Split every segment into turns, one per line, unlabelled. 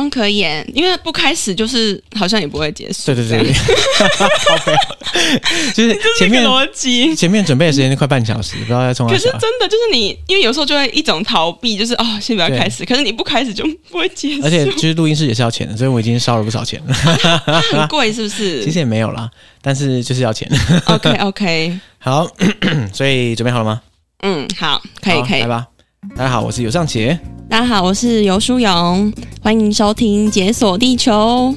用可以耶，因为不开始就是好像也不会结束。
对对对，对 好悲哀就是
这
前
个
面
逻辑。
前面准备的时间快半小时，不知道在冲
可
哪
是
小。
真的就是你，因为有时候就会一种逃避，就是哦，先不要
对
开始。可是你不开始就不会结束，
而且其实录音室也是要钱的，所以我已经烧了不少钱了。
它很贵，是不是
其实也没有啦，但是就是要钱。
？OK OK，
好， 所以准备好了吗？
嗯，好，可以
好
可以
来。吧。大家好，我是尤尚杰。
大家好，我是游淑勇，欢迎收听《解锁地球》。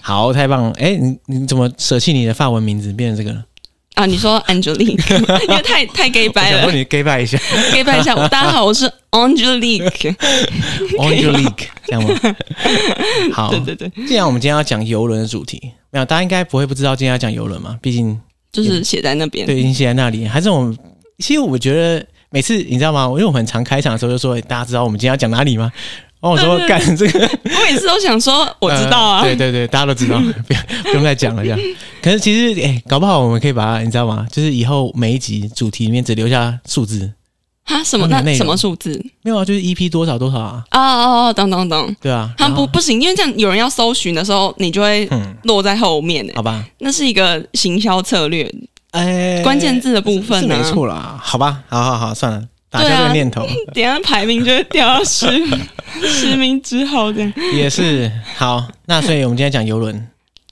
好，太棒了！哎、你你怎么舍弃你的法文名字变成这个了？
啊，你说 Angelique，因为 太太 gay
我
白
想
了
问你 gay bye 一下
，gay 白一下。大家好，我是 Angelique。
，Angelique 这样吗？ 好
对，对对，
既然我们今天要讲游轮的主题，没有大家应该不会不知道今天要讲游轮嘛？毕竟
就是写在那边。
对，已经写在那里。还是我们，其实我觉得每次你知道吗？因为我们很常开场的时候就说，大家知道我们今天要讲哪里吗？然后我说
对对
干这个，
我每次都想说， 我知道啊。
呃对对对，大家 都知道，不用不用再讲了这样。可是其实，哎、搞不好我们可以把它，你知道吗？就是以后每一集主题里面只留下数字，
哈，什么
他们
那
的内容
什么数字？
没有啊，就是 EP 多少多少啊，
哦哦哦，懂懂懂。
对啊。
他
然
们
后
不，不行，因为这样有人要搜寻的时候，你就会
嗯，
落在后面、欸。
好吧，
那是一个行销策略，
哎、
关键字的部分
是
呢、
没错啦，好吧，好好好，算了，打
对
消
啊
这个念头、
等一下排名就会掉到 十十名之后这样。
也是好。那所以我们今天讲游轮，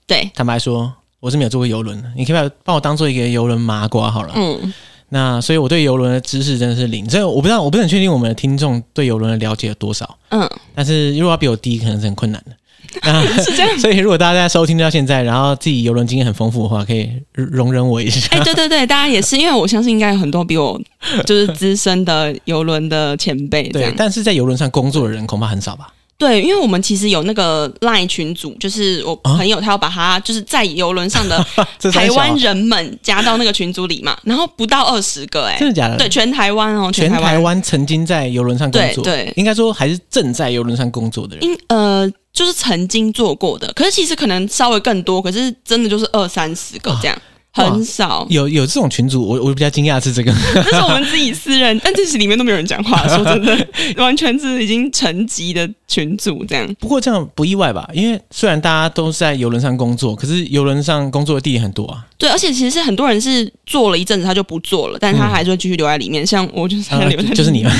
对，
坦白说，我是没有坐过游轮的，你可以把把我当做一个游轮麻瓜好了。
嗯，
那所以我对游轮的知识真的是零，所以我不知道，我不是很确定我们的听众对游轮的了解有多少。
嗯，
但是如果要比我低，可能是很困难的。那
是这样。
所以如果大家在收听到现在，然后自己游轮经验很丰富的话，可以容忍我 一下。
哎、对对对，大家也是，因为我相信应该有很多比我就是资深的游轮的前辈这样
对，。但是在游轮上工作的人恐怕很少吧？
对，因为我们其实有那个赖群组，就是我
啊
朋友他要把他就是在游轮 上的
这三
台
小啊
湾人们加到那个群组里嘛，然后不到二十个哎、
真的假的？
对，，全台湾哦，
呃全
台
台湾曾经在游轮上工
对
作，
对，
应该说还是正在游轮上工作的人。
因呃就是曾经做过的，可是其实可能稍微更多，可是真的就是二三十个这样，
啊哇
很少。
有有这种群组，我我比较惊讶的是这个，
这是我们自己私人，但这是里面都没有人讲 话，说真的，完全是已经成级的群组这样。
不过这样不意外吧？因为虽然大家都是在游轮上工作，可是游轮上工作的地点很多啊。
对，而且其实是很多人是做了一阵子他就不做了，但是他
嗯
还是会继续留在里面。像我就是
啊
还 留在、
就是你， 们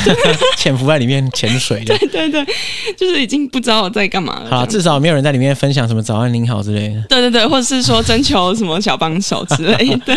潜伏在里面潜水的。
对对，就是已经不知道我在干嘛了。
好啦，
这样
至少没有人在里面分享什么早安您好之类的。
对对对，或者是说征求什么小帮手之 类的。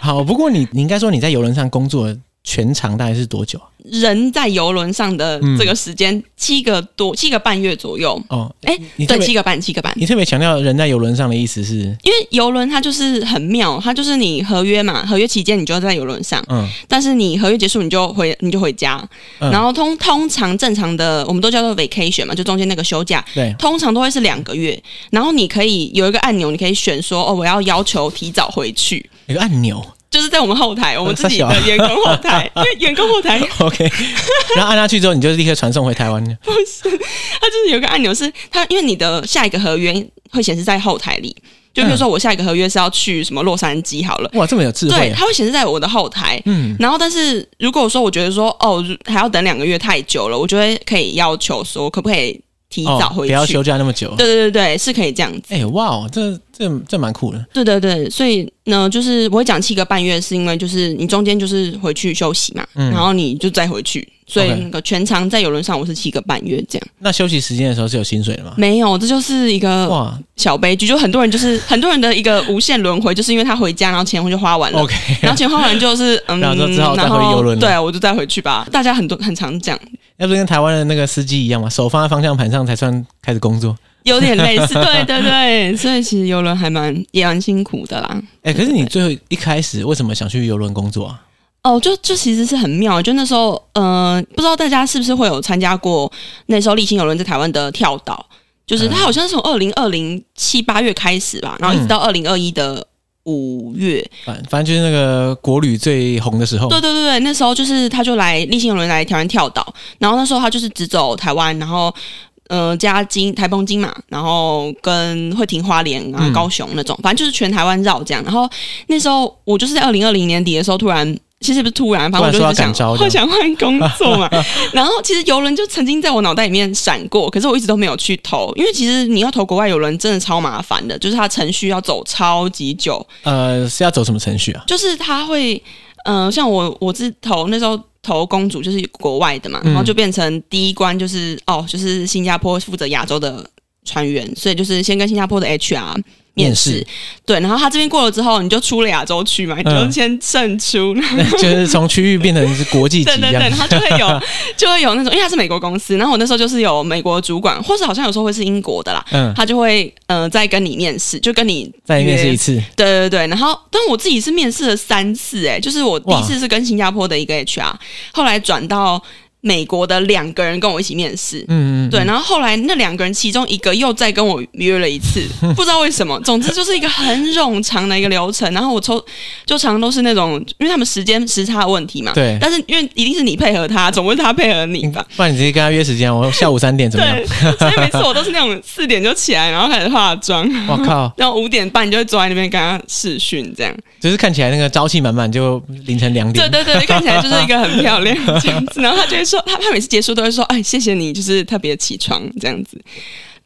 好，不过你你应该说你在游轮上工作的全长大概是多久啊？
人在游轮上的
嗯
这个时间、七个多七个半月左右，
哦，
哎
你特
对，
别
七个半，七个半。
你特别强调人在游轮上的意思是，
因为游轮它就是很妙，它就是你合约嘛，合约期间你就要在游轮上，
嗯，
但是你合约结束你就回你就回家，
嗯
然后通通常正常的我们都叫做 vacation 嘛，就中间那个休假，
对，
通常都会是两个月。然后你可以有一个按钮，你可以选说哦，我要要求提早回去，
有个按钮
就是在我们后台，我们自己
嗯傻小
的员工后台， 因为员工后台
，OK，然后按下去之后，你就立刻传送回台湾。
它就是有一个按钮是它，因为你的下一个合约会显示在后台里。就比如说，我下一个合约是要去什么洛杉矶好了，
哇，这么有智慧、
对，
啊，
它会显示在我的后台。
嗯，
然后，但是如果说我觉得说哦，如还要等两个月太久了，我就会可以要求说，可不可以提早
哦、
回
不要
去？
休假那么久。
对对对对，是可以这样子。
哎、哇哦，这这这蛮酷的。
对对对，所以呢，就是我会讲七个半月，是因为就是你中间就是回去休息嘛，
嗯
然后你就再回去，所以
OK
那个全长在游轮上我是七个半月这样。
那休息时间的时候是有薪水的吗？
没有，这就是一个
哇
小悲剧，就很多人就是很多人的一个无限轮回，就是因为他回家，然后钱就花完了。
，OK，
然后钱花完就是， 嗯，
然后就只好再回
然后
邮轮了
对，我就再回去吧。大家很多很常讲，
要不跟台湾的那个司机一样嘛，手放在方向盘上才算开始工作。
有点类 似，对对对。所以其实游轮还蛮也蛮辛苦的啦。
哎、可是你最后一开始为什么想去游轮工作啊？
哦，就就其实是很妙，就那时候，呃，不知道大家是不是会有参加过那时候立新游轮在台湾的跳
嗯
岛，就是它好像是从二零二零七八月开始吧，然后一直到二零二一的五月，
反反正就是那个国旅最红的时候，
对对对对，那时候就是他就来立信游轮来台湾跳岛，然后那时候他就是只走台湾，然后呃加金台风金马，然后跟惠亭花莲啊
嗯
高雄那种，反正就是全台湾绕这样。然后那时候我就是在二零二零年底的时候突然。其实不是突然，反正我就
突
是
然说要
想
赶招这
会
样
想换工作 嘛。然后其实游轮就曾经在我脑袋里面闪过，可是我一直都没有去投，因为其实你要投国外游轮真的超麻烦的，就是它程序要走超级久，
呃，是要走什么程序啊？
就是他会，嗯、像我我自投那时候投公主就是国外的嘛，
嗯
然后就变成第一关就是哦，就是新加坡负责亚洲的船员，所以就是先跟新加坡的 HR 面
面
试，
试
对，然后他这边过了之后，你就出了亚洲区嘛，你就
嗯
先胜出，
就是从区域变成是国际级
对
一
对对，
样
然。后就会有 就会有那种，因为他是美国公司，然后我那时候就是有美国主管，或是好像有时候会是英国的啦，
嗯，
他就会嗯、呃再跟你面试，就跟你
再面试
约
一次，
对对对，然后但我自己是面试了三次、欸，就是我第一次是跟新加坡的一个 HR，后来转到美国的两个人跟我一起面试。
嗯嗯，嗯
对，，然后后来那两个人其中一个又再跟我约了一次， 不知道为什么。总之就是一个很冗长的一个流程。然后我抽就常常都是那种，因为他们时间时差的问题嘛。
对
但是因为一定是你配合他，总不是他配合你吧？
不然你直接跟他约时间，我下午三点怎么样？
对，所以每次我都是那种四点就起来，然后开始化妆，
我靠，
然后五点半就会坐在那边跟他视讯这样。
就是看起来那个朝气满满，就凌晨 两
对
点。
对对，看起来就是一个很漂亮这样子。然后他就会说， 他他每次结束都会说，哎，谢谢你，就是特别起床这样子。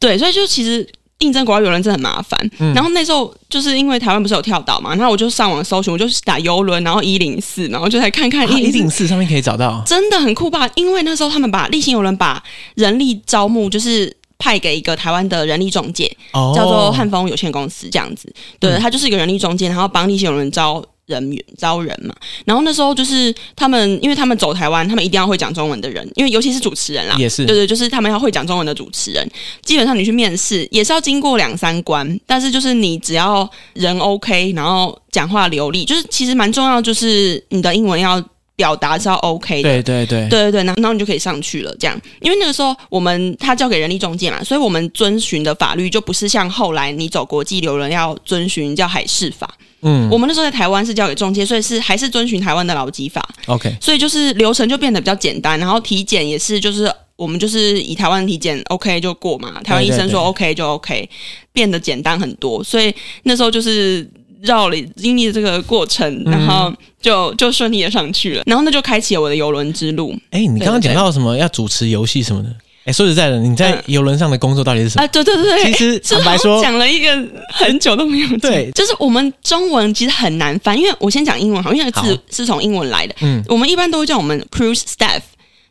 对，所以就其实应征国外游轮真的很麻烦。
嗯
然后那时候就是因为台湾不是有跳岛嘛，然后我就上网搜寻，我就打游轮，然后一零四，然后就来看看
啊一
104
零四上面可以找到，
真的很酷吧？因为那时候他们把例行游轮把人力招募就是。派给一个台湾的人力中介，
哦，
叫做汉丰有限公司这样子。对，
嗯
他就是一个人力中介，然后帮立信有人招人员招人嘛。然后那时候就是他们，因为他们走台湾，他们一定要会讲中文的人，因为尤其是主持人啦。
也是
对对，就是他们要会讲中文的主持人，基本上你去面试也是要经过两三关，但是就是你只要人 OK，然后讲话流利，就是其实蛮重要，就是你的英文要表达是要 OK 的。
对对
对
对，
对对，然后然后你就可以上去了，这样。因为那个时候我们他交给人力中介嘛，所以我们遵循的法律就不是像后来你走国际流人要遵循叫海事法，
嗯
我们那时候在台湾是交给中介，所以是还是遵循台湾的劳基法，
，OK，
所以就是流程就变得比较简单，然后体检也是就是。我们就是以台湾体检 OK 就过嘛，台湾医生
对对
说 OK 就 OK，变得简单很多，所以那时候就是绕了经历这个过程，然
嗯
后就就顺利的上去了，然后那就开启了我的游轮之路。
哎，你刚刚讲到什么要主持游戏什么的，哎，说实在的，你在
嗯
游轮上的工作到底是什么？
啊，对对对 对，
其实
是
坦
好
白
像
说，
讲了一个很久都没有讲
对
就是我们中文其实很难翻，因为我先讲英文好，因为那个字
好
是从英文来的，
嗯
我们一般都会叫我们 cruise staff，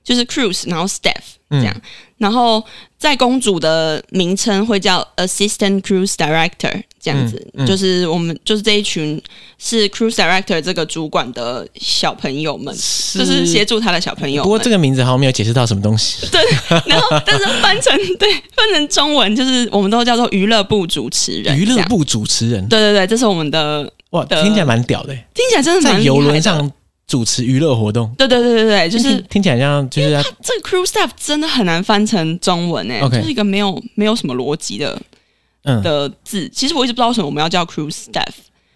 就是 cruise，然后 staff
嗯
这样，然后在公主的名称会叫 assistant cruise director 这样子，
嗯嗯
就是我们就是这一群是 cruise director 这个主管的小朋友们，就是协助他的小朋友们。
不过这个名字好像没有解释到什么东西。
然后但是翻成对翻成中文就是我们都叫做娱乐部主持人，
娱
这
乐
样
部主持人，
对对对，这是我们的
哇，
的
听起来蛮屌的，
听起来真的蛮
在
厉害的
游轮。嗯上主持娱乐活动，
对对对对对，就是
听听起来像就是要
这个 crew staff 真的很难翻成中文诶、
OK
就是一个没有没有什么逻辑的
嗯，
的字。其实我一直不知道为什么我们要叫 crew staff，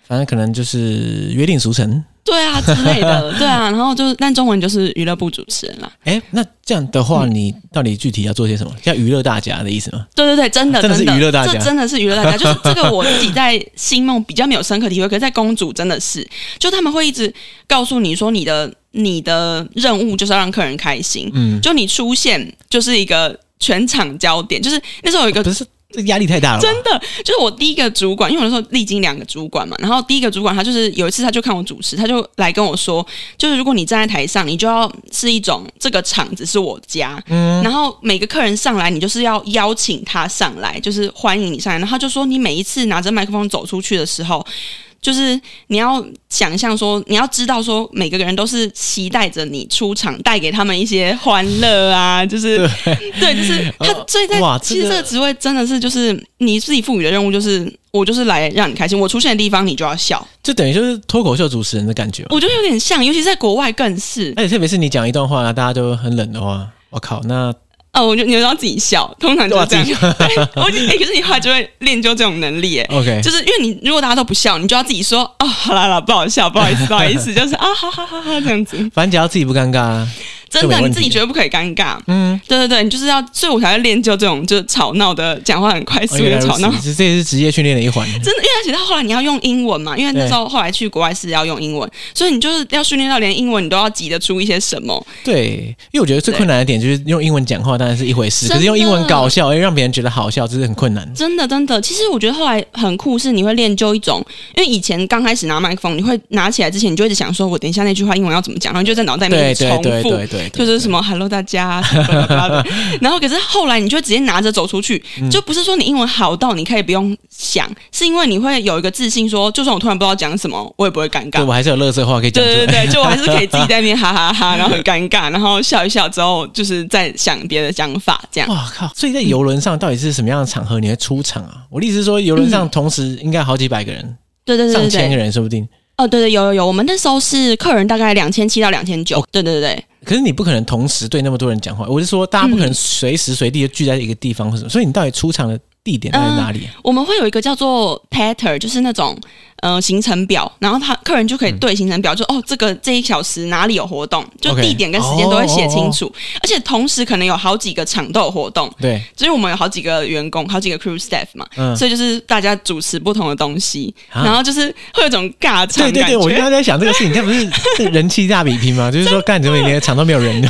反正可能就是约定俗成。
对啊之类 的，对啊。然后就是，但中文就是娱乐部主持人啦。
哎、那这样的话，你到底具体要做些什么？要娱乐大家的意思吗？
对对对，真的
啊真的是娱乐大家
这真的是娱乐大家。就是这个我自己在星梦比较没有深刻体会，可是在公主真的是，就他们会一直告诉你说你的你的任务就是要让客人开心，
嗯，
就你出现就是一个全场焦点，就是那时候有一个
不是这压力太大了吧，
呃真的，就是我第一个主管，因为我那时候历经两个主管嘛，然后第一个主管他就是有一次他就看我主持，他就来跟我说，就是如果你站在台上，你就要是一种这个场子是我家，嗯，然后每个客人上来，你就是要邀请他上来，就是欢迎你上来，然后他就说你每一次拿着麦克风走出去的时候。就是你要想象说，你要知道说，每个人都是期待着你出场，带给他们一些欢乐 啊，就是对，就是他
呃，
所以在
哇
其实这
这个
个职位真的是就是你自己赋予的任务，就是我就是来让你开心，我出现的地方你就要笑，
就等于就是脱口秀主持人的感觉嘛。
我觉得有点像，尤其在国外更是。
哎而且特别是你讲一段话，大家都很冷的话，我靠，那
哦，我就你要自己笑，通常就是这样
对。啊
对我就哎、可是你后来就会练就这种能力，哎，
OK，
就是因为你如果大家都不笑，你就要自己说哦，好啦好啦，不好笑，不好意 思，不好意思，就是啊，哈哈哈哈这样子。
反正只要自己不尴尬啊。
真
就
的
没问
你
题
自己绝对不可以尴尬。
嗯，
对对对，你就是要，所以我才会练就这种就是吵闹的，讲话很快速
哦原
的
来
吵闹
如。此这也是职业训练的一 环。
真的，因为而且到后来你要用英文嘛，因为那时候后来去国外是要用英文，所以你就是要训练到连英文你都要挤得出一些什么。
对，因为我觉得最困难的点就是用英文讲话当然是一回事，
真的
可是用英文搞笑，哎，让别人觉得好笑，这是很困难。
真的，真的，其实我觉得后来很酷，是你会练就一种，因为以前刚开始拿麦克风，你会拿起来之前，你就一直想说，我等一下那句话英文要怎么讲，然后你就在脑袋里
对
面
对
重
对
复
对，对，
就是什么 “hello 大家”什么巴拉巴拉的，然后可是后来你就会直接拿着走出去，
嗯
就不是说你英文好到你可以不用想，是因为你会有一个自信说，就算我突然不知道讲什么，我也不会尴
对
尬
我。还是有乐色话可以讲出来。
对对对，就我还是可以自己在那边哈哈哈，然后很尴尬，然后笑一笑之后，就是在想别的想法这样。
哇靠！所以在游轮上到底是什么样的场合你会出场啊？我的意思是说，游轮上同时应该好几百个人，
对嗯对对
上
对
千
对，
个人说不定。
哦对对有有有，我们那时候是客人大概两千七到两千
哦
九，对对对对。
可是你不可能同时对那么多人讲话，我是说大家不
嗯
可能随时随地就聚在一个地方或什么，所以你到底出场的地点在哪里啊、
我们会有一个叫做 pattern，就是那种呃行程表，然后他客人就
嗯
可以对行程表，就哦这个这一小时哪里有活动，就
OK 哦
地点跟时间都会写清楚，而且同时可能有好几个场都有活动，
对，
所以我们有好几个员工，好几个 crew staff 嘛，
嗯，
所以就是大家主持不同的东西，
啊
然后就是会有种尬场的
对对
感
对，
觉，
我刚刚在想这个事情，它不是是人气大比拼吗？就是说，干怎么连场都没 有人？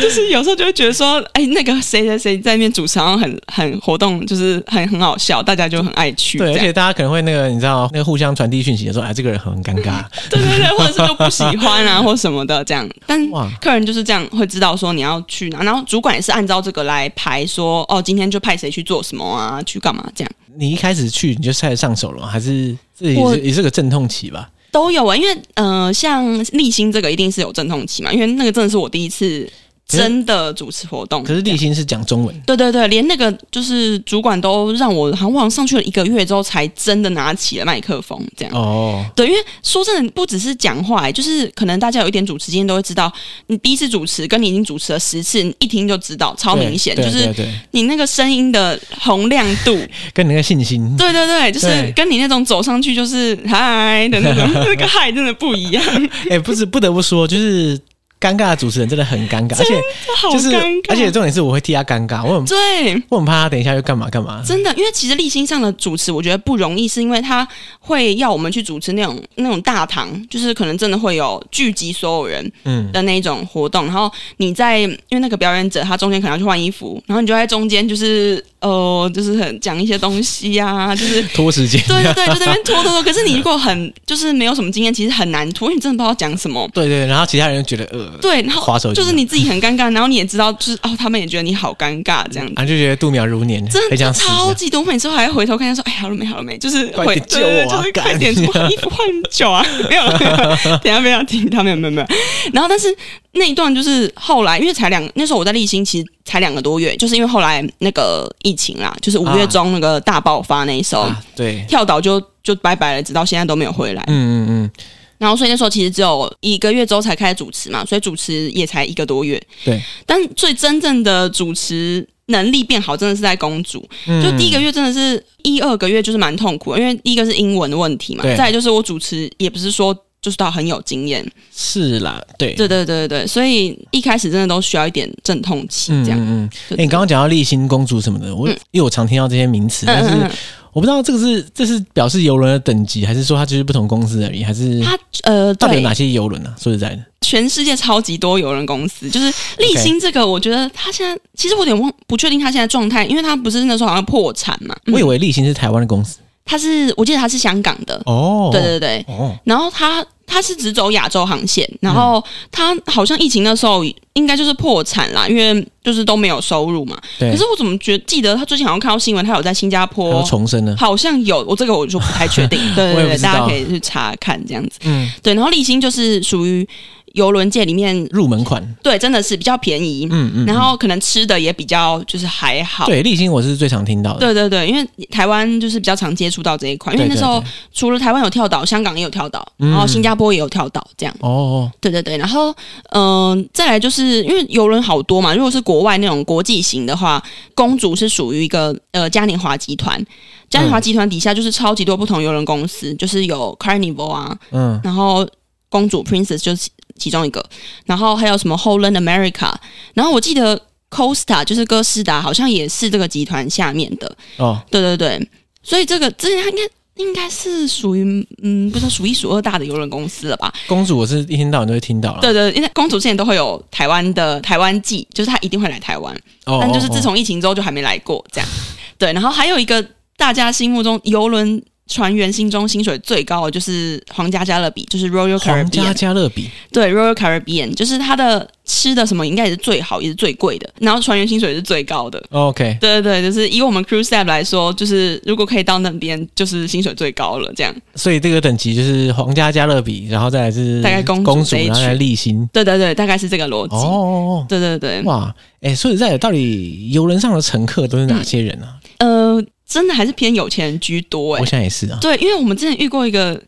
就是有时候就会觉得说，哎，那个谁谁谁在那边主持，好像很很活动，就是很很好笑，大家就很爱去，
对，
这
而
样
且大家可能会那个，你知道，那个互相传递讯息的时候，哎，这个人很尴尬，
对对对，或者是就不喜欢啊，或什么的这样。但
哇
客人就是这样会知道说你要去哪，然后主管也是按照这个来排说，哦，今天就派谁去做什么啊，去干嘛这样
你一开始去你就开始上手了吗？还是这也
我
是也是个阵痛期吧？
都有啊。因为呃，像立新这个一定是有阵痛期嘛，因为那个真的是我第一次
可是
真的主持活动。
可是立新是讲中文，
对对对，连那个就是主管都让我，好像我好像上去了一个月之后，才真的拿起了麦克风这样。
哦，
对，因为说真的，不只是讲话、欸，就是可能大家有一点主持经验都会知道，你第一次主持跟你已经主持了十次，你一听就知道，超明显，
对
就
对
是
对对
你那个声音的洪亮 度，
跟你那个信心，
对对对，就是
对
跟你那种走上去就是嗨的 那种，那个嗨真的不一样，
哎，不是不得不说，就是尴尬的主持人真的很尴尬，而且
好
就是
尴尬，
而且重点是我会替他尴尬，我很
对。
我很怕他等一下又干嘛干嘛。
真的，因为其实立新上的主持，我觉得不容易，是因为他会要我们去主持那种那种大堂，就是可能真的会有聚集所有人
嗯，
的那一种活动。然后你在因为那个表演者他中间可能要去换衣服，然后你就在中间就是呃，就是很讲一些东西呀、就是
拖时间。
对对对，就在那边拖拖拖。可是你如果很就是没有什么经验，其实很难拖，因为你真的不知道讲什么。
对对，然后其他人就觉得呃，
对，然
划
后
手机
就是你自己很尴尬，然后你也知道，就是哦，他们也觉得你好尴尬这样子。
然后啊就觉得度秒如年，
真
很
的
想死。
超级多，我每次还会回头看一下说：“哎，好了没？好了没？”就是
快
回
点救
对对对
我啊
就是
干
快点换衣服换很久啊！没有了，没有了，等一下不 要听他，没有没有没有。然后，但是那一段就是后来，因为才两那时候我在立新，其实才两个多月，就是因为后来那个疫情啦，就是五月中那个大爆发那一时候，
啊，对，
跳岛就就拜拜了，直到现在都没有回来。
嗯嗯嗯，
然后所以那时候其实只有一个月之后才开始主持嘛，所以主持也才一个多月。
对，
但最真正的主持能力变好，真的是在公主。
嗯
就第一个月真的是一二个月就是蛮痛苦的，因为第一个是英文的问题嘛，
对
再来就是我主持也不是说。就是到很有经验，
是啦，对，
对对对对对，所以一开始真的都需要一点阵痛期
嗯
这样。
嗯嗯。
对
哎，你刚刚讲到立新公主什么的，我
嗯
因为我常听到这些名词，但
嗯
是
嗯
我不知道这个是这是表示游轮的等级，还是说它就是不同公司而已，还是
嗯，他呃，
到底有
对
哪些游轮呢？说实在的，
全世界超级多游轮公司，就是立新这个，我觉得他现在其实我有点忘不确定他现在状态，因为他不是那时候好像破产嘛，嗯
我以为立新是台湾的公司
他是我记得他是香港的，
哦，
对对对，
哦，
然后他他是只走亚洲航线，然后他好像疫情那时候应该就是破产啦，因为就是都没有收入嘛。
对，
可是我怎么觉记得他最近好像看到新闻，他有在新加
还
坡
有。重生呢，
好像有，我这个我 就不太确定。对
我
对
也不
对，
知道
大家可以去查看这样子。
嗯，
对，然后立新就是属于游轮界里面，
入门款。
对，真的是比较便宜，
嗯嗯，
然后可能吃的也比较就是还好。
对立新我是最常听到的。
对对对，因为台湾就是比较常接触到这一款，因为
对
那
对
时候
对嗯
除了台湾有跳岛，香港也有跳岛，然后新加坡也有跳岛，这样。
哦，
对对对，然后嗯、再来就是因为游轮好多嘛，如果是国外那种国际型的话，公主是属于一个呃嘉年华集团，嘉年华集团底下就是超级多不同游轮公司，就是有 Carnival 啊，
嗯，
然后公主 Princess 就是其其中一个，然后还有什么 Holland America，然后我记得 Costa 就是哥斯达好像也是这个集团下面的，
哦，
对对对，所以这个之前它应该。应该是属于嗯，不知道数一数二大的游轮公司了吧？
公主我是一天到晚都会听到了。
对对，因为公主之前都会有台湾的台湾季，就是她一定会来台湾，
哦，哦，
但就是
哦
自从疫情之后就还没来过这样。对，然后还有一个大家心目中游轮船员心中薪水最高的就是皇家加勒比，就是 Royal
哦皇家
Caribbean，
加勒比，
对 Royal Caribbean，就是它的吃的什么应该也是最好，也是最贵的，然后船员薪水也是最高的。
哦 OK，
对对对，就是以我们 cruise step 来说，就是如果可以到那边，就是薪水最高了。这样，
所以这个等级就是皇家加勒比，然后再来是
大概公主
主，
这一
然后再来
区
立新。
对对对，大概是这个逻辑。
哦哦，哦
对对对，
哇，哎，所以在到底游轮上的乘客都是哪些人啊？
呃，真的还是偏有钱人居多哎、
我想也是啊。
对，因为我们之前遇过一个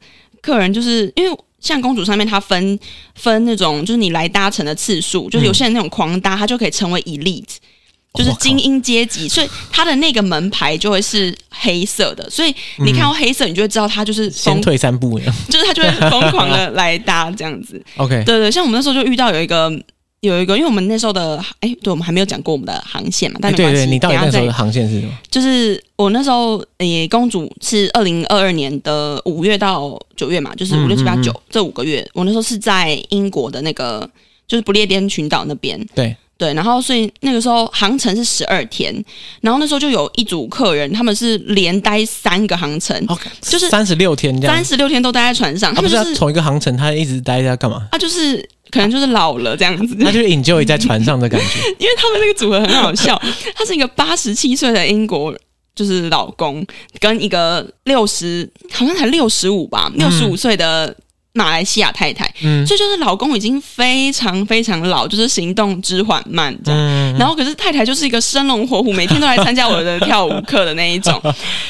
客人，就是因为像公主上面，它分分那种就是你来搭乘的次数，就是有些人那种狂搭，他就可以成为 elite。就是
我嗯靠
精英阶级，所以他的那个门牌就会是黑色的，所以你看到黑色，你就会知道他就是疯
嗯先，退三步那样
就是他就会疯狂的来搭这样 子。
OK，
对对，像我们那时候就遇到有一个有一个，因为我们那时候的哎，对我们还没有讲过我们的航线嘛，但
哎
没
对
关系，
对，你到底
等一下
那时
再
候的航线是什么？
就是我那时候，诶、公主是二零二二年的五月到九月嘛，就是
嗯
五六七八
嗯
九这五个月，我那时候是在英国的那个就是不列颠群岛那边，
对
对，然后所以那个时候航程是十二天，然后那时候就有一组客人，他们是连待三个航程，
，OK，
就是
哦三十六天这样
三。十六天都待在船上，
他
他
哦不
们
是
就
要
是
同一个航程，他一直待在 干嘛？
啊，就是可能就是老了这样子，
他就是 enjoy 在船上的感觉。
因为他们那个组合很好 笑，他是一个八十七岁的英国。就是老公跟一个六十，好像才六十五吧，六十五岁的马来西亚太太，
嗯
所以就是老公已经非常非常老，就是行动之缓慢这样。
嗯，
然后可是太太就是一个生龙活虎，每天都来参加我的跳舞课的那一 种，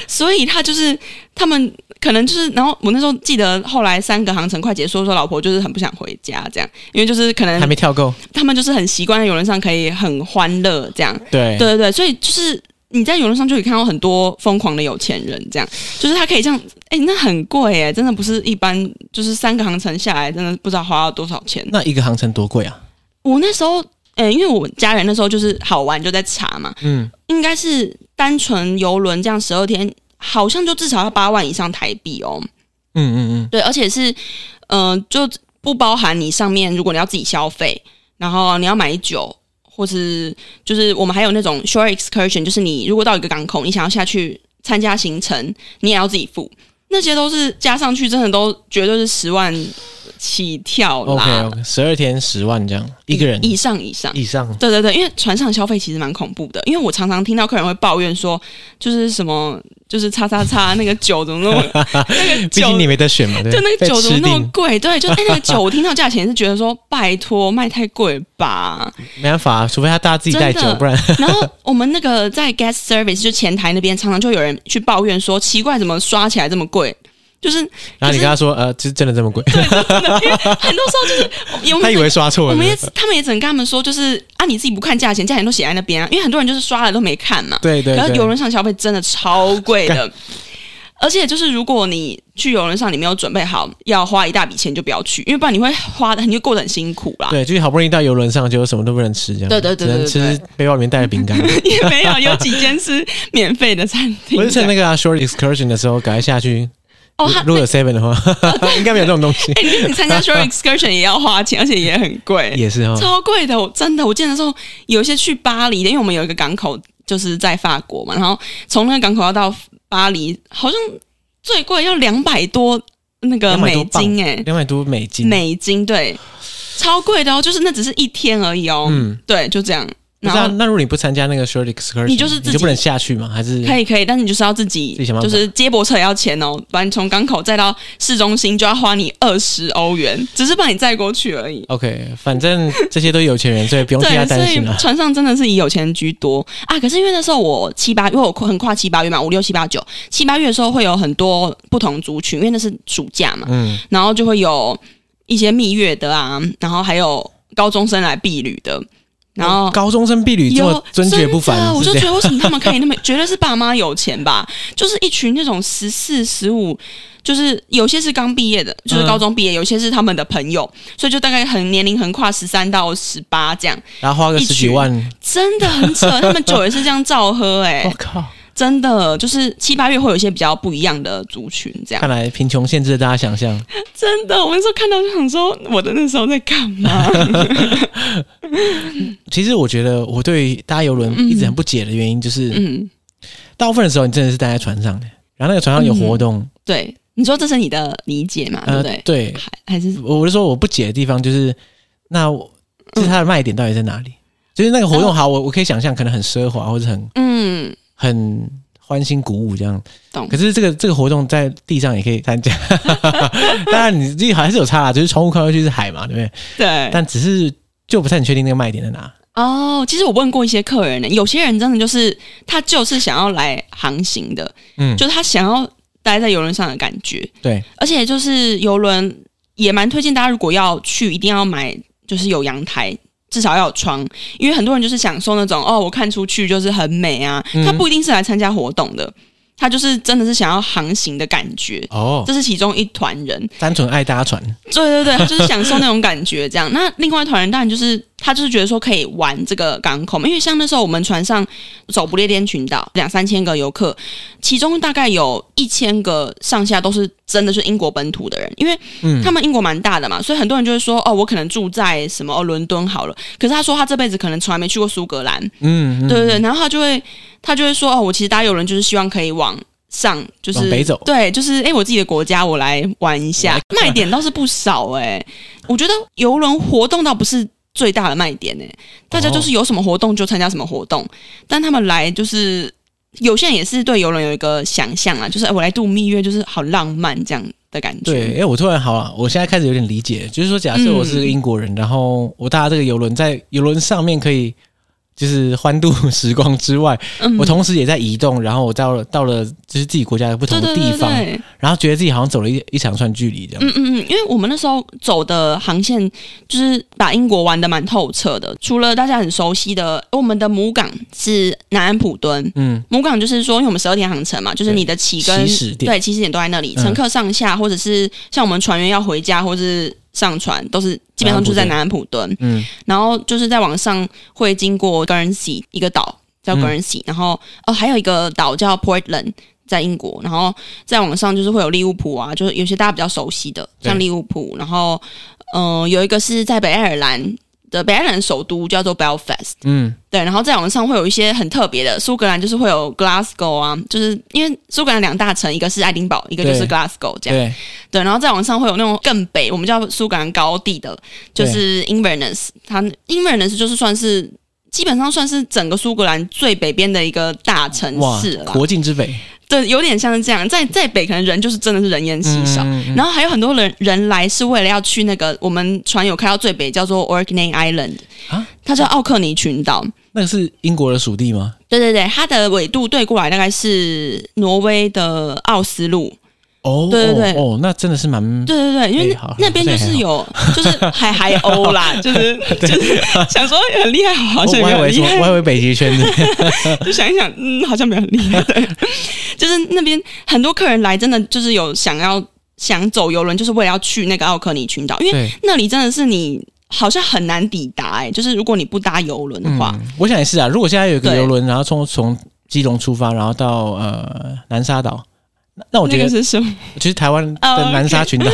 所以他就是他们可能就是，然后我那时候记得后来三个航程快结束，说老婆就是很不想回家这样，因为就是可能
还没跳够。
他们就是很习惯在游轮上可以很欢乐这样。
对
对对对，所以就是你在游轮上就可以看到很多疯狂的有钱人，这样就是他可以这样，哎、那很贵哎、真的不是一般，就是三个航程下来，真的不知道花了多少钱。
那一个航程多贵啊？
我那时候，哎、因为我家人那时候就是好玩就在查嘛，
嗯，
应该是单纯游轮这样十二天，好像就至少要八万以上台币哦。
嗯嗯
对，而且是，嗯、就不包含你上面，如果你要自己消费，然后你要买酒，或是就是我们还有那种 shore excursion，就是你如果到一个港口，你想要下去参加行程，你也要自己付，那些都是加上去，真的都绝对是十万起跳
嗯，OK
啦
OK，十二天十万这样，一个人
以上以上。
以上。
对对对，因为船上消费其实蛮恐怖的，因为我常常听到客人会抱怨说，就是什么，就是叉叉叉那个酒怎么那么 那个
毕
酒
竟你没得选嘛，对，
就那个
被
酒怎么
吃
那么
定，
贵？ 对，就哎、那个酒，我听到价钱是觉得说，拜托卖太贵 吧。
没办法，除非他大家自己带酒
真，的
不然
然后我们那个在 guest service 就前台那边，常常就有人去抱怨说，奇怪，怎么刷起来这么贵？就是
然后你跟他说，呃，这真的这么贵，
对，就真的，因为很多时候就是有
他以为刷错
我
了
们。也他们也只能跟他们说，就是啊，你自己不看价钱，价钱都写在那边啊，因为很多人就是刷了都没看嘛。
对对
可是
对，
游轮上消费真的超贵 的，而且就是如果你去游轮上你没有准备好要花一大笔钱，就不要去，因为不然你会花的你会过得很辛苦啦。
对，就是好不容易到游轮上，结果什么都不能吃，这样
对对对对对
只能吃背包里面带的 饼干。
也没有，有几间是免费的餐厅。
我是趁那个啊 short excursion 的时候赶快下去，
哦，他
如果有 seven 的话， 应该没有这种东西，
哎、你你参 加 short excursion 也要花钱，而且也很贵，
也是哦。
超贵的。我真的，我见的时候有一些去巴黎的，因为我们有一个港口就是在法国嘛，然后从那个港口要到巴黎，好像最贵要两百多那个
200
美
多镑
金哎、
两百多美金，
美金，对，超贵的哦，就是那只是一天而已哦。
嗯
对，就这样。
不
然
是啊，
后
那如果你不参加那个 short excursion，
你就是自己
你就不能下去吗？还是
可以可以，但是你就是要自己，
自己想办
就
法
是接驳车也要钱哦，把你从港口载到市中心就要花你二十欧元，只是把你载过去而已。
OK？反正这些都有钱人，所以不用替他
对，所
担
以
心啊了。
船上真的是以有钱人居多啊。可是因为那时候我七八，因为我很跨七八月嘛，五六七八九，七八月的时候会有很多不同族群，因为那是暑假嘛，
嗯，
然后就会有一些蜜月的啊，然后还有高中生来避旅的，然后
高中生婢女这
哦有
么尊爵不
真
凡，
的我
是
就
这
觉
样。
得为什么他们可以那么，绝对是爸妈有钱吧？就是一群那种十四、十五，就是有些是刚毕业的，
嗯
就是高中毕业，有些是他们的朋友，所以就大概很年龄横跨十三到十八这样，
然后花个
一
十几
群
万，
真的很扯。他们酒也是这样照喝、欸，
我、靠！
真的就是七八月会有一些比较不一样的族群这样
看。来贫穷限制了大家想象。
真的，我那时候看到就想说，我的那时候在干 嘛？
其实我觉得我对搭游轮一直很不解的原因，就是、
嗯，
大部分的时候你真的是待在船上的，然后那个船上有活动，
对，你说这是你的理解嘛？嗯对不对，？
呃对，
还还是
我就说我不解的地方就是，那我就是它的卖点到底在哪里？就是那个活动好，我我可以想象可能很奢华或者很
嗯，
很欢欣鼓舞这样，
懂
可是这个这个活动在地上也可以参加， 当然你自己还是有差啦，就是窗户看过去是海嘛，对不对？
对。
但只是就不太很确定那个卖点在哪。
哦，其实我问过一些客人呢，有些人真的就是他就是想要来航行的，
嗯，
就是他想要待在游轮上的感觉，
对，
而且就是游轮也蛮推荐大家，如果要去，一定要买就是有阳台。至少要有窗，因为很多人就是享受那种哦，我看出去就是很美啊。
嗯
他不一定是来参加活动的，他就是真的是想要航行的感觉，
哦，
这是其中一团人。
单纯爱搭船，
对对对，他 就是享受那种感觉，这样。那另外一团人当然就是他就是觉得说可以玩这个港口嘛，因为像那时候我们船上走不列颠群岛两三千个游客，其中大概有一千个上下都是真的是英国本土的人，因为
嗯
他们英国蛮大的嘛，所以很多人就会说哦，我可能住在什么哦伦敦好了，可是他说他这辈子可能从来没去过苏格兰，
嗯，嗯
对对对，然后他就会他就会说哦，我其实搭游轮就是希望可以往。上就是
往北走
对，就是哎、诶我自己的国家，我来玩一下，卖点倒是不少哎、诶我觉得游轮活动倒不是最大的卖点哎、诶大家就是有什么活动就参加什么活动，但他们来就是有些人也是对游轮有一个想象啊，就是、诶我来度蜜月就是好浪漫这样的感觉。
对，哎、我突然好啊，我现在开始有点理解，就是说，假设我是个英国人，然后我搭这个游轮，在游轮上面可以就是欢度时光之外，
嗯
我同时也在移动，然后我到了到了就是自己国家的不同
对
的
对
地
对
方，
对，
然后觉得自己好像走了一一长串距离这样。
嗯嗯嗯，因为我们那时候走的航线就是把英国玩的蛮透彻的，除了大家很熟悉的，我们的母港是南安普敦。
嗯，
母港就是说，因为我们十二天航程嘛，就是你的起跟
起始点
对起始点都在那里，
嗯
乘客上下或者是像我们船员要回家或是上船，都是基本上就是在南安普敦。
嗯，
然后就是在往上会经过 Guernsey 一个岛叫
嗯
Guernsey，、然后哦还有一个岛叫 Portland 在英国，然后再往上就是会有利物浦啊，就是有些大家比较熟悉的，
对
像利物浦，然后嗯、呃有一个是在北爱尔兰的北爱尔兰首都叫做 Belfast，
嗯，
对，然后再往上会有一些很特别的，苏格兰就是会有 Glasgow 啊，就是因为苏格兰两大城，一个是爱丁堡，一个就是
对
Glasgow 这样。
对，
对，然后再往上会有那种更北，我们叫苏格兰高地的，就是 Inverness，它 Inverness 就是算是基本上算是整个苏格兰最北边的一个大城
哇
市了，啦。
国境之北，
对，有点像是这样，在在北可能人就是真的是人烟稀少。
嗯嗯嗯
然后还有很多人人来是为了要去那个我们船有开到最北，叫做 Orkney Island，、
啊
它叫奥克尼群岛。
那个是英国的属地吗？
对对对，它的纬度对过来大概是挪威的奥斯陆，
哦，
对对对
哦，哦那真的是蛮
对对对，因为
哎好
那边就是有，就是 海海鸥啦，就是就是想说很厉害，好
哦
像也
我
没有
还以
很厉
为什么，我还以
害，
为北极圈的，
就想一想，嗯，好像没有很厉害。对， 就是那边很多客人来，真的就是有想要想走游轮，就是为了要去那个奥克尼群岛，因为
对，
那里真的是你好像很难抵达，哎，就是如果你不搭游轮的话，
嗯，我想也是啊。如果现在有一个
对
游轮，然后从从基隆出发，然后到呃南沙岛，那那我觉
那
得
个是什么？
其实台湾
哦
的南沙群岛，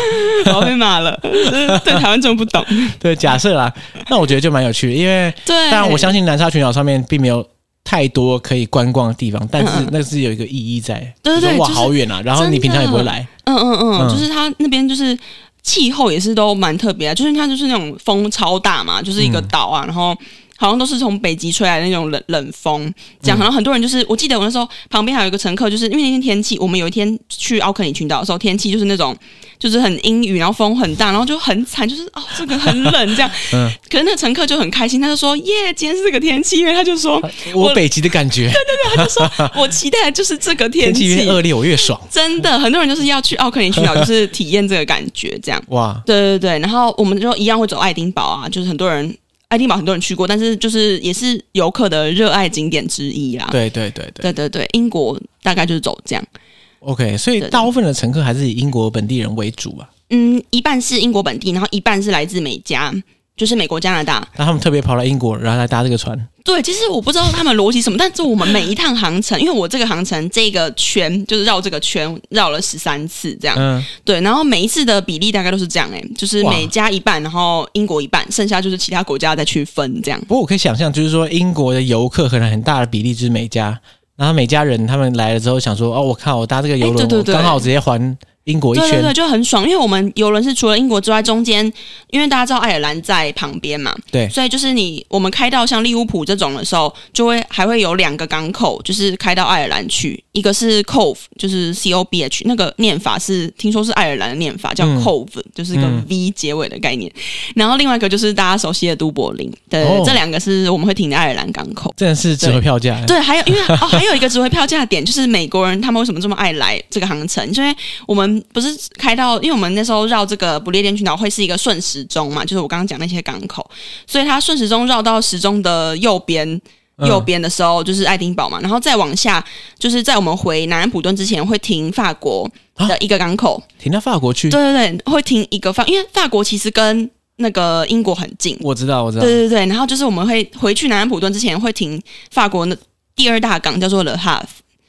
我要被骂了，就是对台湾真的不懂。
对，假设啦，那我觉得就蛮有趣的，因为
对，
当然我相信南沙群岛上面并没有。太多可以观光的地方，但是
嗯嗯
那是有一个意义在。
对对对
你说哇，
就是
好远啊！然后你平常也不会来，
嗯嗯
嗯
嗯，就是它那边就是气候也是都蛮特别的，就是它就是那种风超大嘛，就是一个岛啊，然后。好像都是从北极吹来的那种冷冷风，这样。然后很多人就是，我记得我那时候旁边还有一个乘客，就是因为那天天气，我们有一天去奥克尼群岛的时候，天气就是那种就是很阴雨，然后风很大，然后就很惨，就是哦，这个很冷这样。
嗯
可是那个乘客就很开心，他就说耶，今天是这个天气，因为他就说，
我北极的感觉，
他就说我期待的就是这个
天
天
气
气。
越恶劣我越爽，
真的，很多人就是要去奥克尼 群岛，就是体验这个感觉，这样。
哇，
对对对，然后我们就一样会走爱丁堡啊，就是很多人爱丁堡很多人去过，但是就是也是游客的热爱景点之一啦。
对对对对
啊对对对，英国大概就是走这样，
，OK，所以
对对
大部分的乘客还是以英国本地人为主吧，
嗯，一半是英国本地，然后一半是来自美加。就是美国、加拿大，
那他们特别跑来英国，然后来搭这个船，
对，其实我不知道他们逻辑什么，但是我们每一趟航程，因为我这个航程这个圈就是绕这个圈绕了十三次这样，
嗯，
对，然后每一次的比例大概都是这样、欸，就是
哇
美加一半，然后英国一半，剩下就是其他国家再去分这样。
不过我可以想象，就是说英国的游客可能很大的比例就是美加，然后美加人他们来了之后想说，哦，我靠，我搭这个游轮，
哎对对对
我刚好直接环英国一
对
圈，
对对，就很爽，因为我们游轮是除了英国之外，中间因为大家知道爱尔兰在旁边嘛，
对
所以就是你我们开到像利物浦这种的时候，就会还会有两个港口，就是开到爱尔兰去，一个是 Cove，就是 C O B H，那个念法是听说是爱尔兰的念法，叫
嗯
Cove，、就是一个
嗯
V 结尾的概念。然后另外一个就是大家熟悉的都柏林，对，
哦
这两个是我们会停在爱尔兰港口。
真的是值回票价，
对，还有因为哦，还有一个值回票价的点就是美国人他们为什么这么爱来这个航程？因为我们不是开到，因为我们那时候绕这个不列颠群岛会是一个顺时钟嘛，就是我刚刚讲那些港口，所以它顺时钟绕到时钟的右边。
嗯
右边的时候就是爱丁堡嘛，然后再往下，就是在我们回南安普顿之前会停法国的一个港口，
停到法国去，
对对对，会停一个法，因为法国其实跟那个英国很近，
我知道我知道，
对对对，然后就是我们会回去南安普顿之前会停法国的第二大港，叫做 Le Havre，、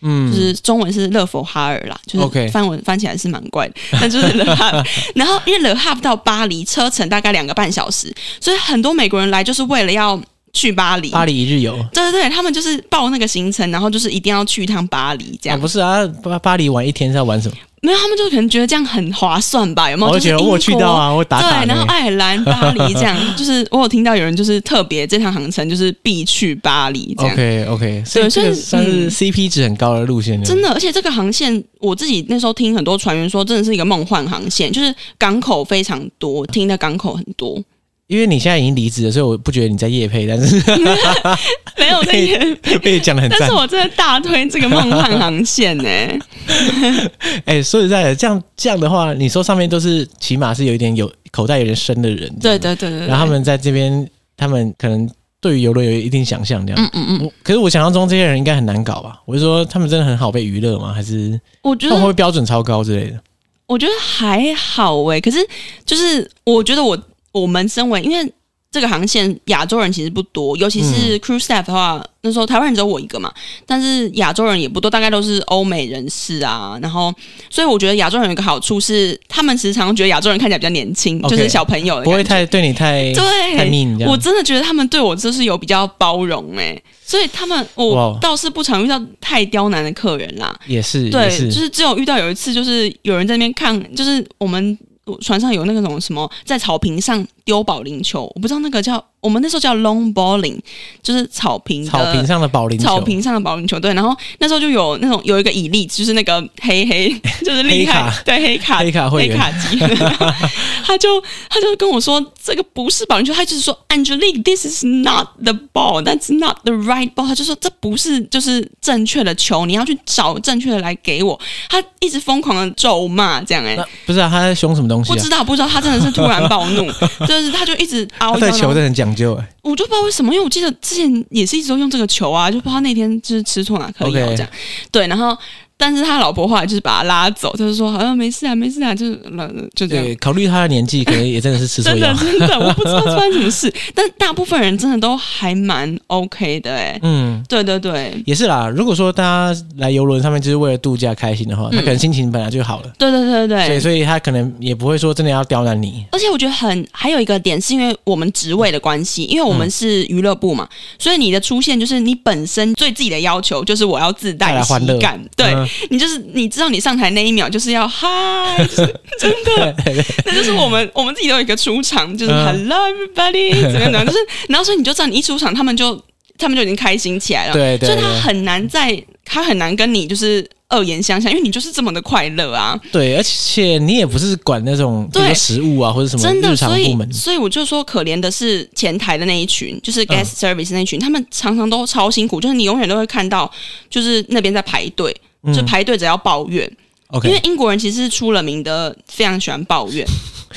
嗯，
就是中文是勒佛哈尔啦，就是
OK
翻文翻起来是蛮怪的，但就是 Le Havre。然后因为 Le Havre 到巴黎车程大概两个半小时，所以很多美国人来就是为了要去巴黎。
巴黎一日游。
对对对，他们就是报那个行程，然后就是一定要去一趟巴黎，这
啊，
样、
不是啊，巴巴黎玩一天是要玩什么？
没有他们就可能觉得这样很划算吧？有没有？
我
就是
觉得
英
哦我去
国
到啊，我打卡
对，然后
呢。
爱尔兰、巴黎这样，就是我有听到有人就是特别这趟航程就是必去巴黎这样。
OK OK，所以
对
这
所以
个算是
嗯
CP 值很高的路线了。
真的，而且这个航线，我自己那时候听很多船员说，真的是一个梦幻航线，就是港口非常多，听的港口很多，
因为你现在已经离职了，所以我不觉得你在夜配，但是
没有那些，
被讲的很
但
赞嗯
是。我真的大推这个梦幻航线欸呢、
哎、说实在的，这样这样的话，你说上面都是起码是有一点有口袋有点深的人，
对对对对对，
然后他们在这边，他们可能对于游轮有一定想象，这样。
嗯嗯嗯，
我可是我想象中这些人应该很难搞吧？我是说，他们真的很好被娱乐吗？还是
我觉得
他们会不会标准超高之类的？
我觉得还好诶、可是就是我觉得我我们身为因为这个航线亚洲人其实不多，尤其
嗯
是 crew staff 的话，那时候台湾人只有我一个嘛，但是亚洲人也不多，大概都是欧美人士啊。然后，所以我觉得亚洲人有一个好处是，他们时常觉得亚洲人看起来比较年轻
OK
就是小朋友的
不会
感觉。
太对你太太
对，
mean 这样。
我真的觉得他们对我就是有比较包容诶、所以他们
哇哦
我倒是不常遇到太刁难的客人啦。
也是，
对
也，是，
就是只有遇到有一次，就是有人在那边看，就是我们船上有那个种什么在草坪上丢保龄球，我不知道那个叫我们那时候叫 long bowling，就是草坪的
草坪上的保龄球，
草坪上的保龄球。对，然后那时候就有那种有一个以利，就是那个黑黑，就是厉害
黑卡
对黑卡
黑卡会
黑
员
卡机，他就他就跟我说这个不是保龄球，他就是说 Angelique，this is not the ball，that's not the right ball，他就说这不是就是正确的球，你要去找正确的来给我。他一直疯狂的咒骂这样哎、
那不是啊，他在凶什么东西
不
啊
知？道，不知道，他真的是突然暴怒，就是他就一直
他
嗷
对
一
球真的很讲究哎、
我就不知道为什么，因为我记得之前也是一直都用这个球啊，就不知道那天就是吃啊错哪颗药
OK
哦这样。对，然后但是他老婆后来就是把他拉走，就是说好像、没事啊，没事啊，就是呃就这样。
对，考虑他的年纪，可能也真的是吃错
真的
药。
真的，我不知道发生什么事， 但大部分人真的都还蛮 OK 的哎、
嗯，
对对对。
也是啦。如果说大家来游轮上面就是为了度假开心的话，他可能心情本来就好了，
对对对
所以
嗯对对，
所以他可能也不会说真的要刁难 你。
而且我觉得很还有一个点是因为我们职位的关系，因为
嗯
我们是娱乐部嘛，所以你的出现就是你本身对自己的要求就是我要自
带来
带
欢乐
喜感，对，
嗯
你就是你知道你上台那一秒就是要 嗨，就是真的，那就是我们我们自己都有一个出场，就是
嗯
Hello everybody 怎么样怎么 样，就是然后所以你就知道你一出场，他们就他们就已经开心起来了，
对对
所以他
对
很难在他很难跟你就是恶言相向，因为你就是这么的快乐啊，
对，而且你也不是管那种比
对
如说食物啊或者什么
真的，
日常
所以
部门，嗯
所以我就说，可怜的是前台的那一群，就是 guest service 那一群，他们常常都超辛苦，就是你永远都会看到，就是那边在排队，就排队者要抱怨，
嗯 OK，
因为英国人其实是出了名的非常喜欢抱 怨，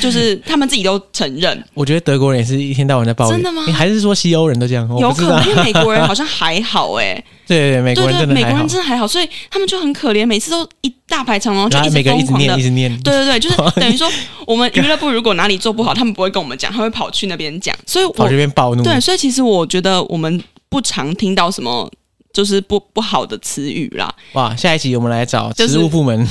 就是他们自己都承认，
我觉得德国人也是一天到晚在抱怨，
真的吗
你还是说西欧人都这样？我
有
不知
可
道
能因为美国人好像还好哎、
对对对， 美
对
国人
对，
真的
美
还
国
好
人，真的还好，所以他们就很可怜，每次都一大排长龙，就
然后
直
每个人一
疯狂
直
的
念一直念，
对对对，就是 等于说，我们娱乐部如果哪里做不好，他们不会跟我们讲，他会跑去那边讲。所以我
跑这边暴怒。
对，所以其实我觉得我们不常听到什么就是不不好的词语啦，
哇，下一集我们来找
就是
植物部门，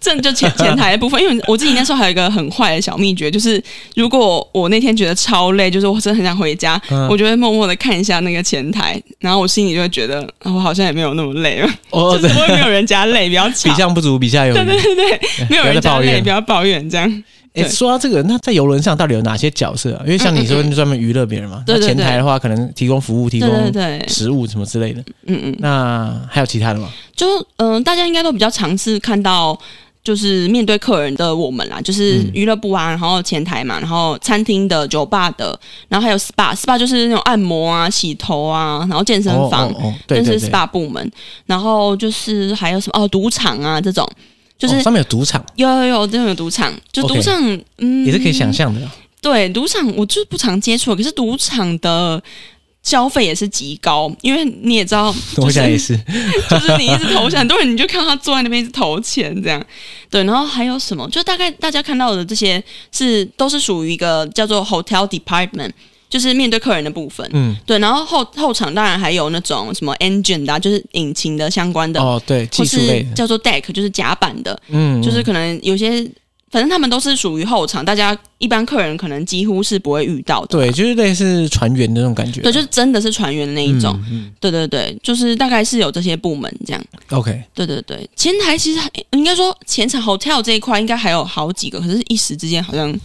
这就 前前台的部分。因为我自己那时候还有一个很坏的小秘诀，就是如果我那天觉得超累，就是我真的很想回家，
嗯
我就会默默的看一下那个前台，然后我心里就会觉得、啊我好像也没有那么累了，
哦，
就
对
是，我也没有人家累，不要
比
吵。
上不足，比下有
对
余。
对对对，没有
不要
人
再
家
抱
累，
怨
不。要抱怨这样。
哎，
对
说到这个，那在游轮上到底有哪些角色啊？因为像你说，
嗯嗯
你专门娱乐别人嘛，
对
那
对
前
对
台的话，可能提供服务、提
对对
供
对，
食物什么之类的。
嗯嗯。
那还有其他的吗？
就嗯、呃大家应该都比较尝试看到，就是面对客人的我们啦，就是
嗯
娱乐部啊，然后前台嘛，然后餐厅的、酒吧的，然后还有 SPA，SPA 就是那种按摩啊、洗头啊，然后健身
哦
房，
哦哦，
这
对对
是
对，
SPA 部门，然后就是还有什么哦，赌场啊这种，就是。
哦上面有赌场，
有有有，这种有赌场，就赌
OK
场嗯，
也是可以想象的。
对，赌场我就是不常接触，可是赌场的消费也是极高，因为你也知道，
我
就
想
是
也是，
就是你一直投钱，很多人你就看到他坐在那边一直投钱这样。对，然后还有什么？就大概大家看到的这些是都是属于一个叫做 hotel department，就是面对客人的部分。
嗯，
对，然后后后场当然还有那种什么 engine 的、啊，就是引擎的相关的，
哦，对，
或
技术
是
类的，
叫做 deck，就是甲板的，
嗯，
就是
嗯
可能有些，反正他们都是属于后场，大家一般客人可能几乎是不会遇到的。
对，就是类似船员的那种感觉。
对，就是真的是船员的那一种。
嗯
对对对，就是大概是有这些部门这样。
嗯，OK，
对对对，前台其实还应该说前场 hotel 这一块应该还有好几个，可是一时之间好 像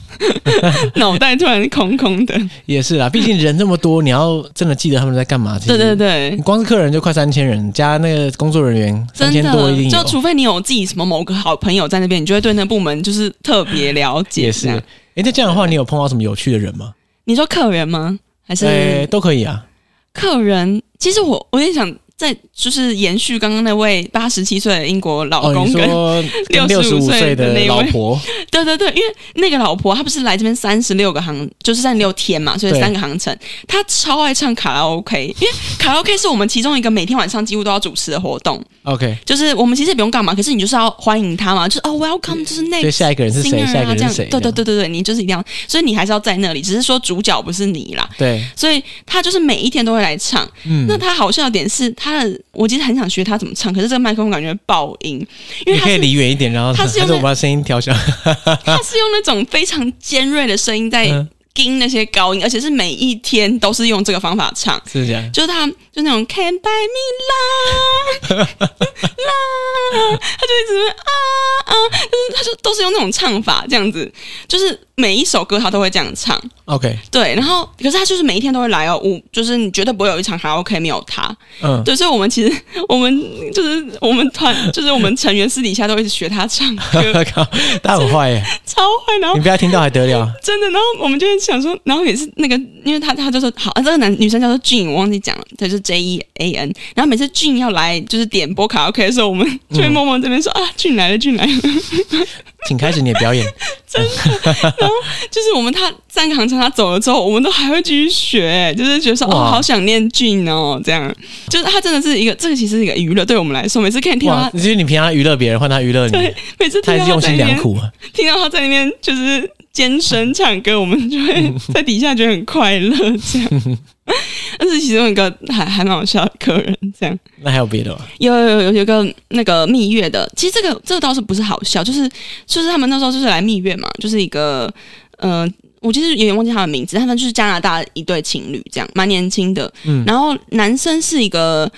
脑袋突然空空的。
也是啦，毕竟人这么多，你要真的记得他们在干嘛。其
对对，
实
对
你，光是客人就快三千人，加那个工作人员三
真
千多一
的，
定
就
有。
除非你有自己什么某个好朋友在那边，你就会对那部门就是特别了解。
也是，
这样
哎、那这样的话，你有碰到什么有趣的人吗？
你说客人吗？还是、
哎，都可以啊。
客人？其实我我也想再就是延续刚刚那位八十七岁的英国老
哦，
公
你
跟、
说跟六十
65
五
岁
岁
的
的
那一位
老婆，
对对对，因为那个老婆她不是来这边三十六个航，就是三十六天嘛，所以
对
三个航程。她超爱唱卡拉 OK，因为卡拉 OK 是我们其中一个每天晚上几乎都要主持的活动，
，OK，
就是我们其实也不用干嘛，可是你就是要欢迎她嘛，就是哦 Welcome，就是那
所以下一个人是谁？下
singer
一个
啊这
人
样，
是谁？
对对
这样
对对对，你就是一定要，所以你还是要在那里，只是说主角不是你啦。
对，
所以她就是每一天都会来唱。
嗯
那，她好笑的点是，她的我其实很想学她怎么唱，可是这个麦克风感觉爆音，因为
你
她
可以
是
离远一点，然后
他
还
是
是
用
我把声音调小。
他是用那种非常尖锐的声音在
嗯
盯那些高音，而且是每一天都是用这个方法唱。
是这样，
就是他，就那种 Can buy me love love，他就一直啊啊，就是他就都是用那种唱法这样子，就是每一首歌他都会这样唱，
OK，
对。然后，可是他就是每一天都会来哦，我就是你绝对不会有一场卡拉 OK 没有他，
嗯，
对。所以我们其实我们就是我们团，就是我们成员私底下都一直学他唱歌，
靠，他很坏耶，
超坏。然后
你不要听到还得了？
真的，然后我们就会想说，然后也是那个，因为他他就说好、啊，这个男女生叫做 Jun，我忘记讲了，他就是 J E A N。然后每次 Jun 要来就是点播卡拉 OK 的时候，我们就会啊默默这边说、啊，Jun 来了，Jun 来了。
请开始你的表演。
就是我们他三个航程他走了之后，我们都还会继续学，就是觉得说哦，
哇
好想念 Jun 哦，这样。就是他真的是一个，这个其实是一个娱乐，对我们来说，每次看听到
哇，
他，
就是你平常娱乐别人，换他娱乐你
对，，每次
他
听到
也是
他
用
在
心
那
良
边
苦啊。
听到他在那边就是尖声唱歌，我们就会在底下觉得很快乐，这样。但是其中一个还还蛮好笑的客人，这样
那还有别的吗？
有有有有一个那个蜜月的，其实这个这个倒是不是好笑，就是就是他们那时候就是来蜜月嘛，就是一个嗯、呃我其实有点忘记他的名字，他们就是加拿大一对情侣，这样蛮年轻的，
嗯
然后男生是一个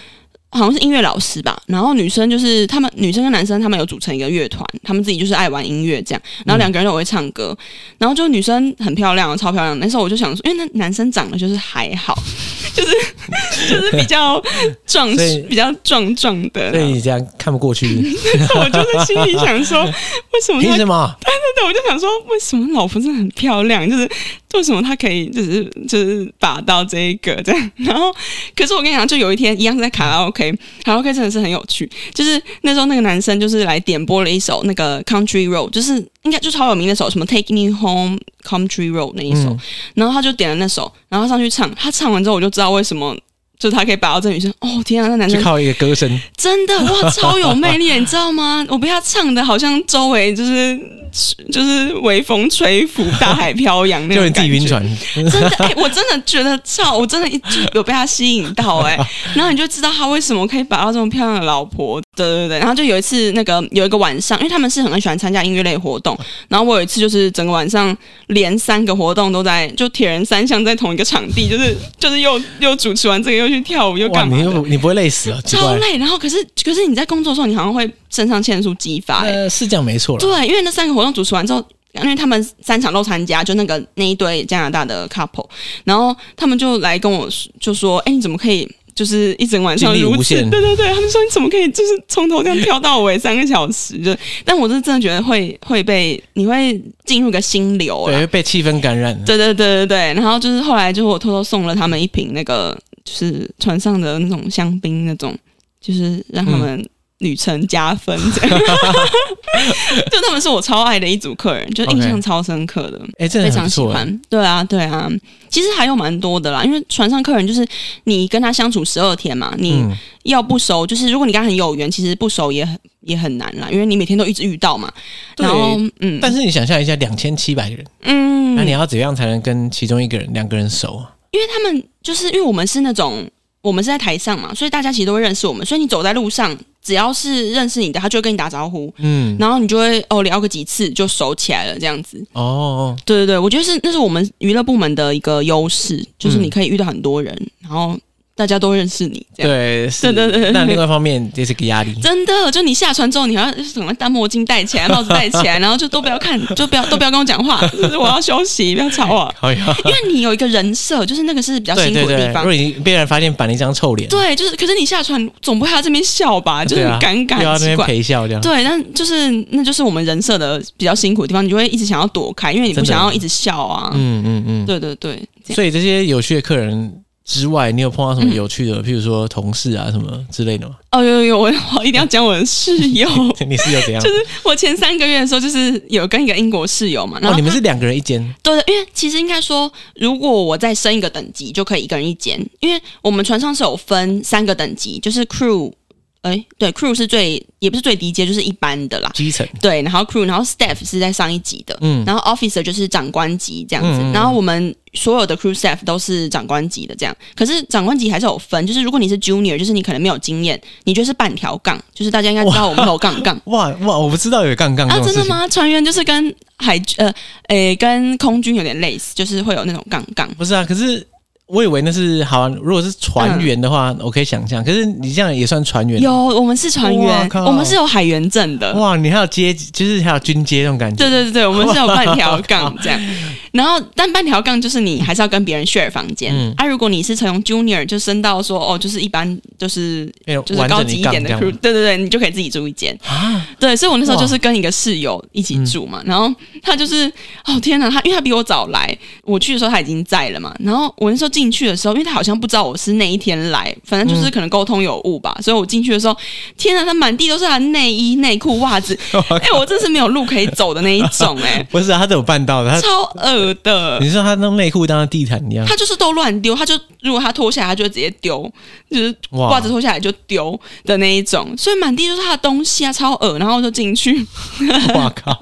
好像是音乐老师吧，然后女生就是他们女生跟男生他们有组成一个乐团，他们自己就是爱玩音乐这样，
嗯
然后两个人都有会唱歌，然后就女生很漂亮，超漂亮。那时候我就想说，因为那男生长得就是还好， 就是就是比较壮
所以，
比较壮壮的
所。以你这样看不过去，
我就在心里想说，为什么
凭
他
什么？
对，我就想说，为什么老婆真的很漂亮？就是为什么她可以，就是就是把到这一个这样。然后，可是我跟你讲，就有一天一样是在卡拉 OK，卡拉 OK 真的是很有趣。就是那时候那个男生就是来点播了一首那个 Country Road，就是应该就超有名的一首，什么 Take Me Home Country Road 那一首。
嗯
然后他就点了那首，然后他上去唱，他唱完之后我就知道为什么。就是他可以把到这女生，哦天啊，那男
就
生
靠一个歌声，
真的哇，超有魅力， 你知道吗？我被他唱的好像周围就是就是微风吹拂，大海飘扬那
就
种
你自己晕
感觉。
船。
真的，哎、我真的觉得操，我真的一直有被他吸引到哎、然后你就知道他为什么可以把到这么漂亮的老婆，对对对。然后就有一次那个有一个晚上，因为他们是很喜欢参加音乐类活动，然后我有一次就是整个晚上连三个活动都在，就铁人三项在同一个场地，就是就是又又主持完这个又去跳舞又
哇，
干嘛
你
的
又你不会累死啊？奇
超
怪，
累。然后可是可是你在工作的时候，你好像会肾上腺素激发、欸。
呃，是这样没错了。
对，因为那三个活动主持完之后。因为他们三场都参加，就那个那一对加拿大的 couple，然后他们就来跟我说就说：“哎、你怎么可以就是一整晚上
精力
如
无
此？
限
对对对，他们说你怎么可以就是从头这样跳到尾三个小时？就但我是真的觉得会会被你会进入一个心流
对，
啦
会被气氛感染。
对对对对对，然后就是后来就是我偷偷送了他们一瓶那个就是船上的那种香槟那种，就是让他
嗯
们旅程加 分这样。就他们是我超爱的一组客人，就印象
OK
超深刻的。
哎，真
非
的很
常
不
喜
错哎。
欢，对啊，对啊，其实还有蛮多的啦，因为船上客人就是你跟他相处十二天嘛，你
嗯，
要不熟，就是如果你跟他很有缘，其实不熟也很也很难啦，因为你每天都一直遇到嘛。
对
然后，嗯，
但是哎你想象一下，两千七百个人，
嗯，
那你要怎样才能跟其中一个人、两个人熟啊？
因为他们就是因为我们是那种我们是在台上嘛，所以大家其实都会认识我们，所以你走在路上，只要是认识你的，他就会跟你打招呼，
嗯，
然后你就会哦聊个几次就熟起来了这样子。
哦哦，
对对对，我觉得是那是我们娱乐部门的一个优势，就是你可以遇到很多人，然后大家都认识你这样。
对，是
对对对对
那另外一方面，这是个压力。
真的，就你下船之后，你还要什么戴墨镜戴起来，帽子戴起来，然后就都不要看，就不要都不要跟我讲话，就是我要休息，不要吵我。
好呀，
因为你有一个人设，就是那个是比较
哎对
辛
对
苦的
对，
地
如
方
果。你被人发现板了一张臭脸，
对，就是，可是你下船总不会在这边笑吧，就是
对
很
啊
尴尬、
又
很
要那
奇
边
怪。
陪笑这样。
对，但就是那就是我们人设的比较辛苦的地方，你就会一直想要躲开，因为你不
真的
想要一直笑啊。
嗯嗯嗯。
对对对，这样嗯
所以这些有趣的客人之外，你有碰到什么有趣的，譬如说同事啊什么之类的 吗？
哦，有有有，我我一定要讲我的室 友。
你是有怎样？
我前三个月的时候，就是有跟一个英国室友嘛，然
哦，
后
你
他
们是两个人一间，
对对，因为其实应该说，如果我再升一个等级，就可以一个人一间，因为我们船上是有分三个等级，就是 crew，哎，对，crew 是最也不是最低阶，就是一般的啦。
基层。
对，然后 crew，然后 staff 是在上一级的，
嗯
然后 officer 就是长官级这样子，
嗯嗯嗯
然后我们所有的 crew staff 都是长官级的这样，可是长官级还是有分，就是如果你是 junior，就是你可能没有经验，你就是半条杠，就是大家应该知道我们有杠杠。
哇哇，我不知道有杠杠这
啊，
种
真
事
的
情。
吗？船员就是跟海呃，诶、跟空军有点类似，就是会有那种杠杠。
不是啊，可是我以为那是好啊。如果是船员的话，我可以想象。可是你这样也算船员？
有，我们是船
哇
员，
靠
我们是有海员证的。
哇，你还有阶级，就是还有军阶那种感觉。
对对对对，我们是有半条
哇
杠这 样。然后，但半条杠就是你还是要跟别人 share 房间。
嗯
啊，如果你是从 junior 就升到说哦，就是一般就是
对
就是高级一点的 crew，对对对，你就可以自己住一间。
啊，
对，所以我那时候
哇嗯
就是跟一个室友一起住嘛，然后他就是，哦天哪，他因为他比我早来，我去的时候他已经在了嘛，然后我那时候进去的时候，因为他好像不知道我是那一天来，反
嗯
正就是可能沟通有误吧，所以我进去的时候，天哪，他满地都是他的内衣、内裤、袜 子，哎、我真是没有路可以走的那一种、
不 是啊，他怎么办到的？
哎，
他
超恶的。
你说他弄内裤当成地毯 一样，
他就是都乱丢，他就如果他脱下来，他就会直接丢，就是
哇
袜子脱下来就丢的那一种，所以满地都是他的东西啊，超恶，然后我就进去，
哇靠！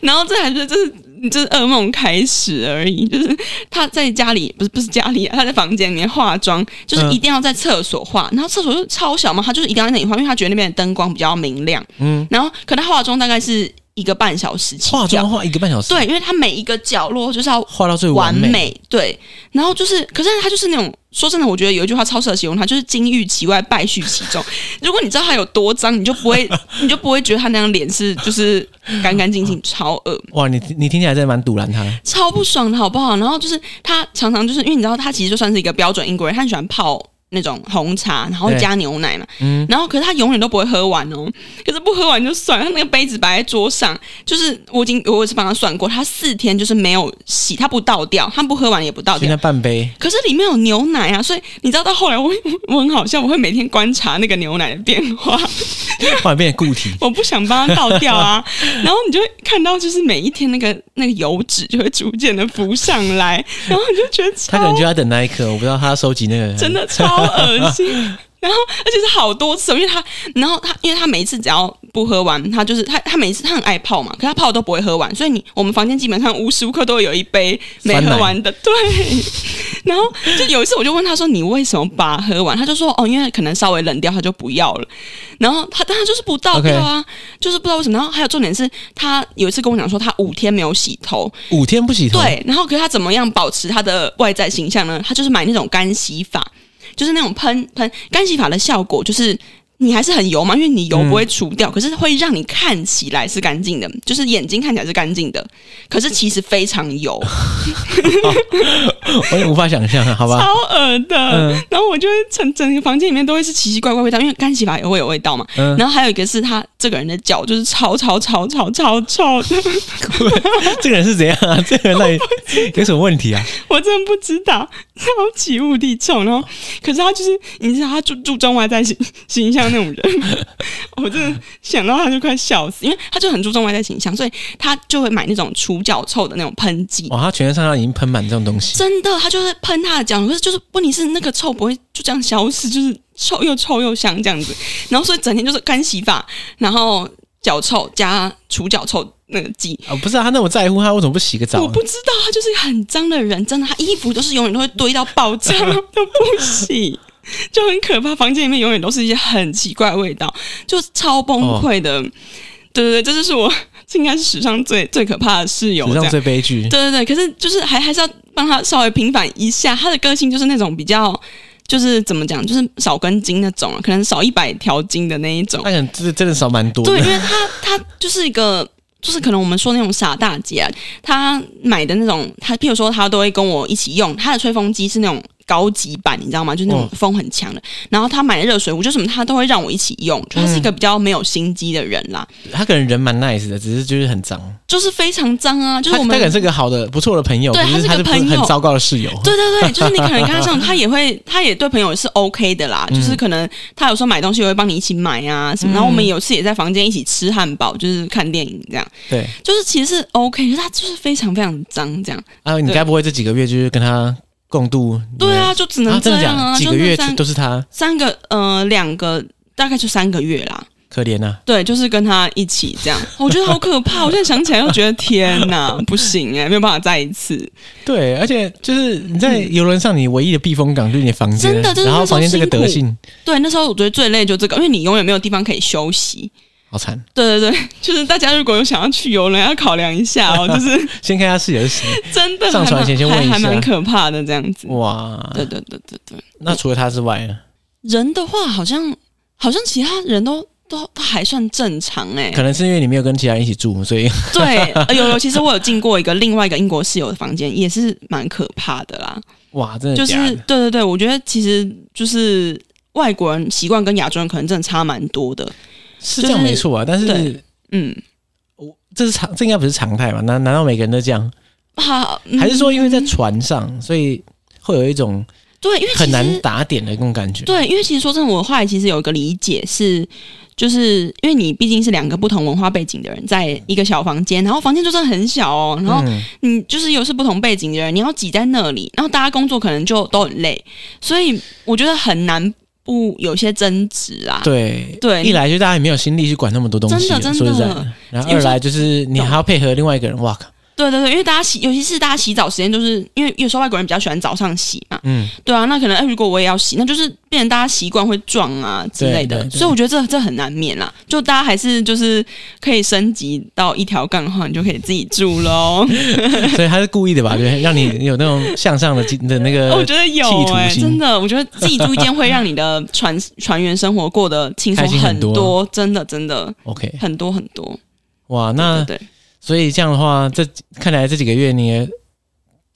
然后这还是这是这是噩梦开始而已，就是他在家里不是不是家里、啊，他在房间里面化妆，就是
嗯
一定要在厕所化，然后厕所就超小嘛，他就是一定要在那里化，因为他觉得那边的灯光比较明亮，
嗯
然后可他化妆大概是一个半小时起
化妆
跳。
化一个半小时，
对，因为它每一个角落就是要
化到最
完
美。
对。然后就是，可是他就是那种，说真的，我觉得有一句话超适合形容他，就是金玉其外，败絮其中。 如果你知道他有多脏，你就不会， 你就不会觉得他那张脸是就是干干净净，超恶
哇，你你听起来真的蛮堵拦他，
超不爽的好不好？然后就是他常常就是因为你知道他其实就算是一个标准英国人，他很喜欢泡那种红茶，然后
对
加牛奶嘛。
嗯
然后可是他永远都不会喝完哦，可是不喝完就算了，他那个杯子摆在桌上，就是我已经我也是帮他算过，他四天就是没有洗，他不倒掉，他不喝完也不倒
现
掉
在。半杯，
可是里面有牛奶啊，所以你知道到后来我 我很好笑，我会每天观察那个牛奶的变化，
突然变成固体，
我不想帮它倒掉 啊。然后你就会看到，就是每一天那个那个油脂就会逐渐的浮上来，然后你就觉得
他可能
超
就在等那一刻，我不知道他要收集那个
真的超恶心。然后，而且是好多次哦，因为他，然后他，因为他每一次只要不喝完，他就是他，他每一次他很爱泡嘛，可他泡都不会喝完，所以你我们房间基本上无时无刻都会有一杯没喝完的，对。然后就有一次我就问他说：“你为什么把它喝完？”他就说：“哦，因为可能稍微冷掉，他就不要了。”然后他，但他就是不倒掉啊就是不知道为什么。然后还有重点是他有一次跟我讲说，他五天没有洗头，
五天不洗头，
对，然后可是他怎么样保持他的外在形象呢？他就是买那种干洗法，就是那种喷喷干洗法的效果，就是你还是很油嘛，因为你油不会除
嗯
掉，可是会让你看起来是干净的，就是眼睛看起来是干净的，可是其实非常 油，
我也无法想象，好吧？
超恶的。
嗯
然后我就会整整个房间里面都会是奇奇怪怪味道，因为干洗法也会有味道嘛。
嗯
然后还有一个是他这个人的脚就是超超超超超臭的，
这个人是怎样 啊？这个人到底有什么问题啊？
我真的不知道，超级无敌臭。然后，可是他就是，你知道他注注重外在形形象那种人， 我真的想到他就快笑死，因为他就很注重外在形象，所以他就会买那种除脚臭的那种喷剂。
哦哇，他全身上下已经喷满这种东西，
真的，他就是喷他的脚，可是就是问题是那个臭不会就这样消失，就是臭又臭又香这样子，然后所以整天就是干洗发，然后脚臭加除脚臭那个剂，
啊、不是啊？他那么在乎，他为什么不洗个澡、
我
啊
不？知道，他就是一个很脏的人，真的，他衣服都是永远都会堆到爆 炸都不洗，就很可怕。房间里面永远都是一些很奇怪的味道，就超崩溃的。
哦
对对对，这就是我，这应该是史上最最可怕的室友
史
这
上
样。
最悲剧，
对对对，可是就是还还是要帮他稍微平反一下，他的个性就是那种比较。就是怎么讲，就是少根筋那种啊，可能少一百条筋的那一种
那。可能真的真的少蛮多
对，因
的。
为他他就是一个，就是可能我们说那种傻大姐、啊，她买的那种，她譬如说她都会跟我一起用，她的吹风机是那种。高级版，你知道吗？就是那
嗯
种风很强的。然后她买的热水壶，就什么她都会让我一起用。就她是一
嗯
个比较没有心机的人啦，
他可能人蛮 nice 的，只是就是很脏。
就是非常脏啊。就是
他
我
他
们
可能是个好的、不错的朋友，
对
可
他
是
是
他
个
不
朋友
很糟糕的室友。
对对对，就是你可能跟他上，他也会，他也对朋友是 OK 的啦。
嗯
就是可能他有时候买东西也会帮你一起买啊什么。然后我们有次也在房间一起吃汉堡，就是看电影这样。
对，
就是其实是 OK，可是他就是非常非常脏这样。
啊，你
对
该不会这几个月就是跟他共度？
对啊，就只
你
能
们，啊，
这
真的
样
假
啊，
的？几
就
个
是
月
三
都是他，
三个呃两个大概就三个月啦。
可怜啊！
对，就是跟他一起 这样，我觉得好可怕。我现在想起来又觉得天哪，不行哎、没有办法再一次。
对，而且就是你在游轮上，你唯一的避风港就是你的房间，
嗯真的就是
然后
那时候
房间这个
辛苦
德性，
对，那时候我觉得最累就这个，因为你永远没有地方可以休息。
好惨。
对对 对，就是大家如果有想要去游轮，要考量一下哦，就是
先看一下室友是谁，
真的
上
还
船
蛮
前先问
还
一
还蛮
下
可怕的这样子。
哇！
对对对对对。
那除了他之外呢？
人的话，好像好像其他人都都都还算正常哎、
可能是因为你没有跟其他人一起住，所以
对，呃有有，其实我有进过一个另外一个英国室友的房间，也是蛮可怕的啦。
哇，真的
就是
假的
对对对，我觉得其实就是外国人习惯跟亚洲人可能真的差蛮多的。
是这样没错啊。但是
对嗯，
这是常，这应该不是常态吧？难难道每个人都这样？
好，嗯
还是说因为在船上，所以会有一种
对，因为其实
很难打点的那种感觉？
对，因为其实说真的，我后来其实有一个理解是，就是因为你毕竟是两个不同文化背景的人在一个小房间，然后房间就真的很小哦，然后
嗯
你就是又是不同背景的人，你要挤在那里，然后大家工作可能就都很累，所以我觉得很难不有些争执啊。
对
对
一来就大家也没有心力去管那么多东西了，啊
真的真的
说实在的。然后
有
二
时候
来就是你还要配合另外一个人，哇靠，
对对对，因为大家洗，尤其是大家洗澡时间，就是因为有时候外国人比较喜欢早上洗嘛，
嗯，
对啊，那可能、哎，如果我也要洗，那就是变成大家习惯会撞啊之类的，
对对对
所以我觉得这这很难免啦。就大家还是就是可以升级到一条杠的话，你就可以自己住喽。
所以他是故意的吧？对，让你有那种向上的进的那 个，
我觉得有
企图
哎、
心
真的，我觉得自己住一间会让你的 船船员生活过得轻松
开心很多
多真的真的
OK，
很多很多。
哇，那
对对对，
所以这样的话，这看来这几个月你的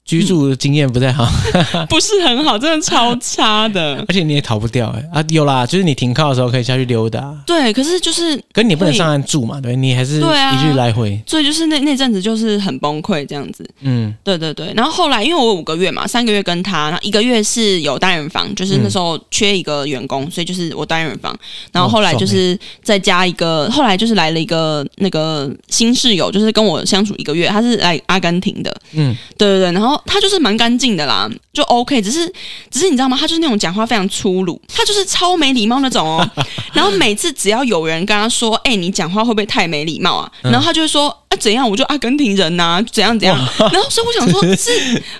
居住经验不太好，。
嗯不是很好，真的超差的
而且你也逃不掉哎、啊，有啦，就是你停靠的时候可以下去溜达，
对，可是就是
可是你不能
会
上岸住嘛，对，你还是一
对啊
律来回，
所以就是那那阵子就是很崩溃这样子。
嗯，
对对对，然后后来因为我有五个月嘛，三个月跟他，然后一个月是有单人房，就是
嗯
那时候缺一个员工，所以就是我单人房。
哦
然后后来就是
欸
再加一个，后来就是来了一个那个新室友，就是跟我相处一个月，他是来阿根廷的，
嗯，
对对对，然后他就是蛮干净的啦，就 OK，只是只是你知道吗？他就是那种讲话非常粗鲁，他就是超没礼貌那种 哦。然后每次只要有人跟他说：“哎、你讲话会不会太没礼貌啊？”
嗯
然后他就会说：“啊，怎样？我就阿根廷人呐、怎样怎样。” 然后所以我想说，是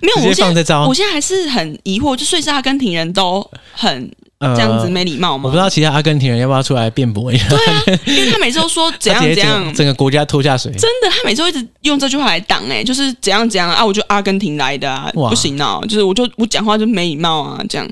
没有，我
直接
现
放
在
这招
我，现在还是很疑惑，就所以是阿根廷人都很
呃
这样子没礼啊貌
我
吗
不知？道其他阿根廷人要不要出来辩驳一下，
因为他每次都说怎
他
样
直接
怎
整
啊样
个，整个国家拖下水，
真的，他每次会一直用这句话来挡哎、就是怎样怎样啊，我就阿根廷来的啊，
哇
不行啊，就是我就我讲话就没礼貌啊，这样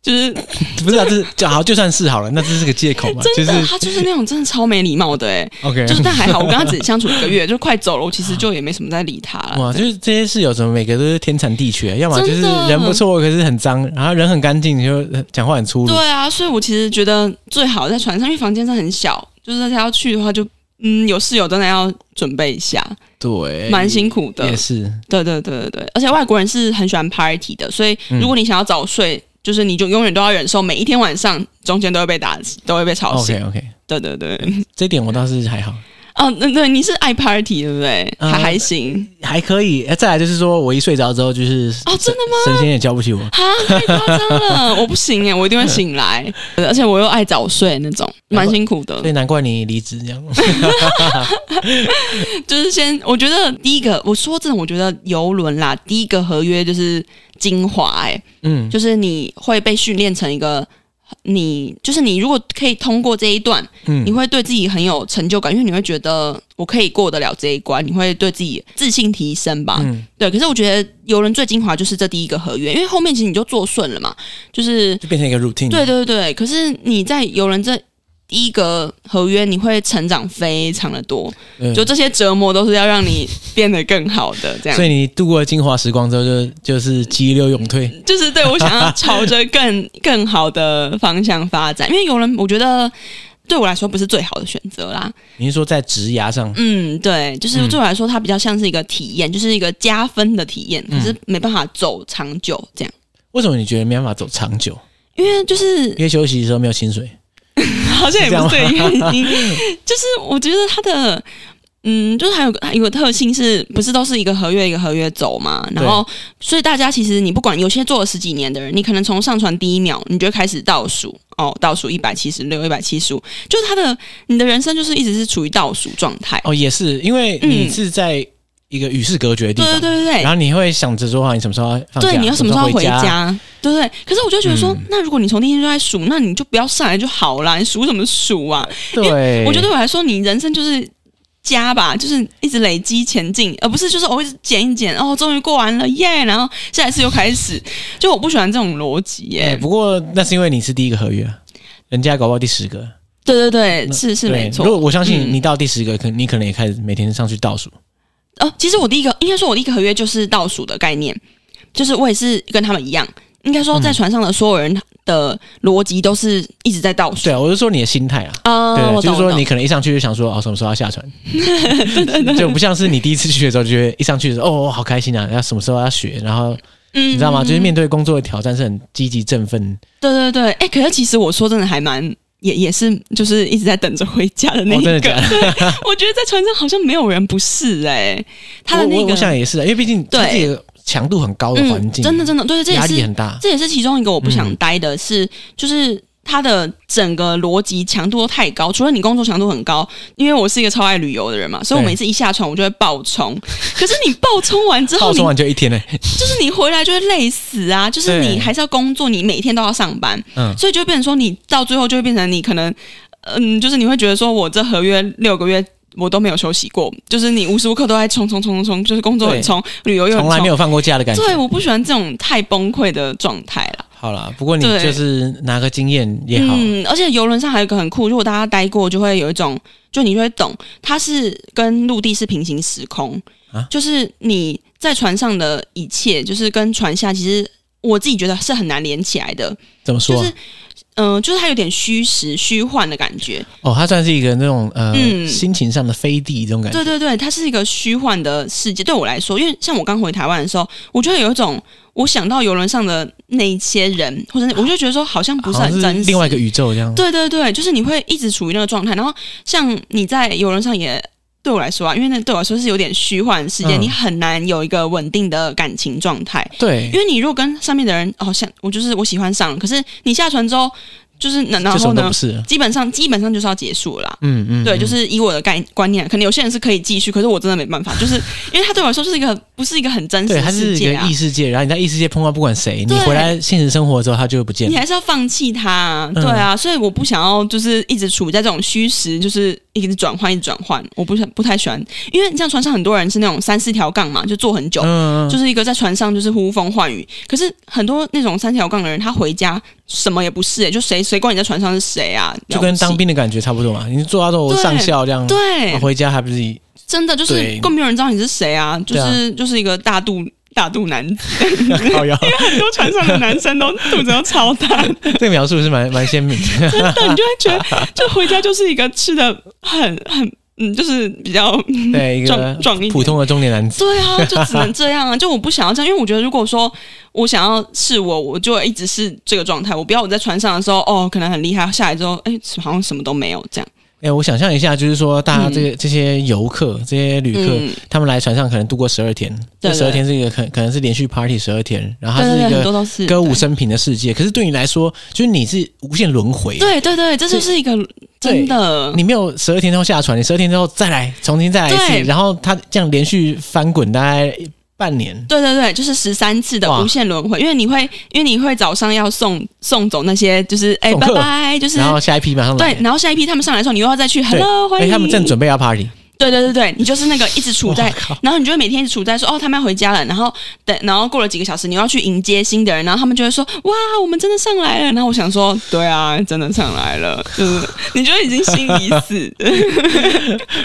就是
不是啊，这是就好，就算是好了，那这是个借口嘛，就
真
是
的，啊他就是那种真的超没礼貌的哎、
OK，
就是但还好，我跟他只相处一 个月，就快走了，我其实就也没什么再理他了。
哇，就是这些室友怎么每个都是天残地缺，要么就是
啊真的
人不错，可是很脏，然后人很干净，就讲话很粗鲁
对，啊，所以我其实觉得最好在船上，因为房间是很小，就是他要去的话就，嗯，有室友真的要准备一下，
对，
蛮辛苦的
哎也。是，
对对对对对，而且外国人是很喜欢 party 的，所以
嗯
如果你想要早睡，就是你就永远都要忍受每一天晚上中间都会被打，都会被吵醒。
OK OK，
对对对，
这一点我倒是还好，
哦，对对，你是爱 party 对不对？
呃
还还行
还可以。呃再来就是说我一睡着之后，就是
哦，真的吗？
神仙也教不起我。
啊，太夸张了！我不行 哎，我一定会醒来，对而且我又爱早睡那种，蛮辛苦的
所。以难怪你离职这 样，
就是先，我觉得第一个，我说真的，我觉得游轮啦，第一个合约就是精华哎、
嗯，
就是你会被训练成一个，你就是你如果可以通过这一段，
嗯
你会对自己很有成就感，因为你会觉得我可以过得了这一关，你会对自己自信提升吧。
嗯
对，可是我觉得游轮最精华就是这第一个合约，因为后面其实你就做顺了嘛，就是
就变成一个 routine。
对对对，可是你在游轮这。第一个合约你会成长非常的多，
对
就这些折磨都是要让你变得更好的，这样
所以你度过精华时光之后就，就是激流勇退。
就是对我想要朝着更 更好的方向发展，因为游轮我觉得对我来说不是最好的选择啦。
你是说在职涯上，
嗯，对，就是
嗯
对我来说，它比较像是一个体验，就是一个加分的体验，可是
嗯
没办法走长久这样。
为什么你觉得没办法走长久？
因为 就是
因为休息的时候没有薪水。
好像也不是
是
这个原因，就是我觉得它的。嗯，就是还有个还有个特性是不是都是一个合约一个合约走嘛？然后，所以大家其实你不管有些做了十几年的人，你可能从上船第一秒你就开始倒数哦，倒数一百七十六、一百七十五，就是他的你的人生就是一直是处于倒数状态。
哦，也是，因为你是在一个与世隔绝的地
对嗯
方，
对对对
然
对，
后你会想着说，啊，你什么时候要放假？
对你要什么时候
回
回
家？嗯
家？对对。可是我就觉得说，那如果你从第一天就在数，那你就不要上来就好啦，你数什么数啊？因
对，
我觉得对我来说，你人生就是加吧，就是一直累积前进，而不是就是我一直减一减，哦，终于过完了耶然后下一次又开始。就我不喜欢这种逻辑耶、
哎、不过那是因为你是第一个合约啊，人家搞不好第十个。
对对对，是是
对
没错
如。果我相信
嗯
你到第十个，可、你可能也开始每天上去倒数。
哦，其实我第一个应该说，我第一个合约就是倒数的概念，就是我也是跟他们一样，应该
嗯
说在船上的所有人的逻辑都是一直在倒数。
对啊，我是说你的心态啊。
啊、
对，
我懂
就是
我
说
懂
你可能一上去就想说哦，什么时候要 下船？就不像是你第一次去的时候，就觉得一上去的时候哦，好开心啊，要什么时候要学？然后
嗯
你知道吗？
嗯
就是面对工作的挑战是很积极振奋。
对对对，哎、可是其实我说真的还蛮。也也是，就是一直在等着回家的那一
哦
个。
真的假的
对我觉得在船上好像没有人不是哎、他的
我
那
我
个
我想也是啊，因为毕竟它
对
是一个强度很高的环境，
真的真的，对，这也
压力
是
很大。
这也是其中一个我不想
嗯
待的是，就是它的整个逻辑强度都太高，除了你工作强度很高，因为我是一个超爱旅游的人嘛，所以我
对
每次一下船我就会爆冲。可是你爆冲完之后，
报
你
冲完就一天嘞，
就是你回来就会累死啊！就是
对
你还是要工作，你每天都要上班，
嗯，
所以就会变成说，你到最后就会变成你可能，嗯，就是你会觉得说我这合约六个月我都没有休息过，就是你无时无刻都在冲冲冲冲冲，就是工作很冲，旅游又
从来
很
没
冲。
有放过假的感觉。
对，我不喜欢这种太崩溃的状态啦。
好啦，不过你
对
就是拿个经验也好，
嗯，而且游轮上还有一个很酷，如果大家待过，就会有一种，就你就会懂，它是跟陆地是平行时空，
啊
就是你在船上的一切，就是跟船下其实。我自己觉得是很难连起来的，
怎么说
就
啊？
是，嗯、就是它有点虚实、虚幻的感觉。
哦，它算是一个那种呃、
嗯
心情上的飞地这种感觉。
对对对，它是一个虚幻的世界。对我来说，因为像我刚回台湾的时候，我觉得有一种，我想到游轮上的那一些人，或者我就觉得说，好像不是
啊好像
很真实。
另外一个宇宙这样。
对对对，就是你会一直处于那个状态。然后像你在游轮上也对我来说啊，因为那对我来说是有点虚幻的世界，
嗯
你很难有一个稳定的感情状态。
对
因为你如果跟上面的人，哦，像我就是我喜欢上了，可是你下船之后，就是那然
就什
后
么都
呢
不，是了。
基本上基本上就是要结束了啦。
嗯嗯，
对，
嗯
就是以我的概观念，可能有些人是可以继续，可是我真的没办法，就是因为他对我来说就是一个不是一个很真实
对，它
的
是
世
一
界
个
啊
异，世界，然后你在异世界碰到不管谁，你
对
回来现实生活之后，它就不见
你
了。
还是要放弃他、啊，
嗯
对啊，所以我不想要就是一直处在这种虚实，就是一直转换，一直转换，我不想不太喜欢，因为你像船上很多人是那种三四条杠嘛，就坐很久，
嗯，嗯
就是一个在船上就是呼风唤雨，可是很多那种三条杠的人，他回家什么也不是、欸，就谁谁管你在船上是谁啊，
就跟当
了
兵的感觉差不多嘛。你做到我
对
上校这样
不，起对，
回家还不是
真的就是
对
更没有人知道你是谁啊，就
对啊
是就是一个大肚大肚 腩，
好呀？
很多船上的男生都肚子都超大，真
这个描述是蛮蛮鲜明 的。
的，你就会觉得就回家就是一个吃的很很嗯，就是比较
对一个
壮壮一点
普通的中年男子，
对啊，就只能这样啊，就我不想要这样，因为我觉得如果说我想要是我，我就一直是这个状态，我不要我在船上的时候哦，可能很厉害，下来之后哎，好像什么都没有这样，
哎，我想象一下，就是说，大家这个这些游客、这些旅客，
嗯，
他们来船上可能度过十二天，
对
这
对
十二天是一个可可能是连续 party 十二天，然后
对
它
对
是
对，
一
很
个
多都是
歌舞升平的世界。可是对你来说，就是你是无限轮回，
对对对，这就是一个真的。
你没有十二天之后下船，你十二天之后再来重新再来一
对
次，然后它这样连续翻滚大概半年。
对对对，就是十三次的
哇
无限轮回，因为你会，因为你会早上要送送走那些，就是哎、
送
拜
客
拜，就是
然后下一批马上来
对，，然后下一批他们上来的时候，你又要再去 hello 欢
哎，
迎，
他们正准备要 party，
对对对对，你就是那个一直处在
哇靠，
然后你就会每天一直处在说哦他们要回家了，然后等，然后过了几个小时，你又要去迎接新的人，然后他们就会说哇我们真的上来了，然后我想说对啊真的上来了，就是你就已经心已死，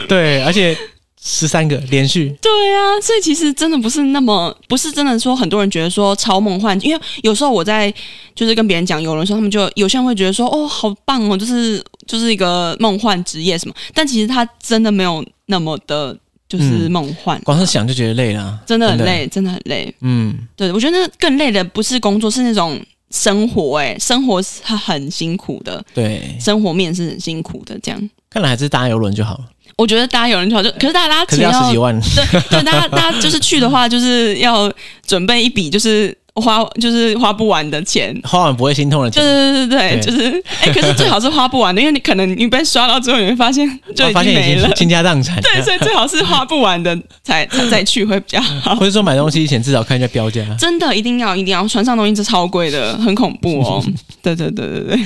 对，而且十三个连续，
对啊，所以其实真的不是那么，不是真的说很多人觉得说超梦幻，因为有时候我在就是跟别人讲游轮的时候，他们就有些人会觉得说哦，好棒哦，就是就是一个梦幻职业什么，但其实它真的没有那么的，就是
嗯
梦幻，
光是想就觉得累了，
真的很。累，真的很累。
嗯，
对，我觉得那更累的不是工作，是那种生活、欸，生活是很辛苦的，
对，
生活面是很辛苦的，这样。
看来还是搭游轮就好了，
我觉得大家有人就好，就可是大家
哎可
钱
是要十几万。
对对，大家大家就是去的话，就是要准备一笔就是花就是花不完的钱。
花完不会心痛的
对
钱，
对对对，
对
就是哎、可是最好是花不完的，因为你可能你被刷到之后，你会发现就
我
已
哦发
经
现
没
已
了
经。倾家荡产。
对，所以最好是花不完的才才再去会比较好。
或者说买东西以前至少看一下标价。
真的一定要一定要，船上东西是超贵的，很恐怖 哦。对对对对对，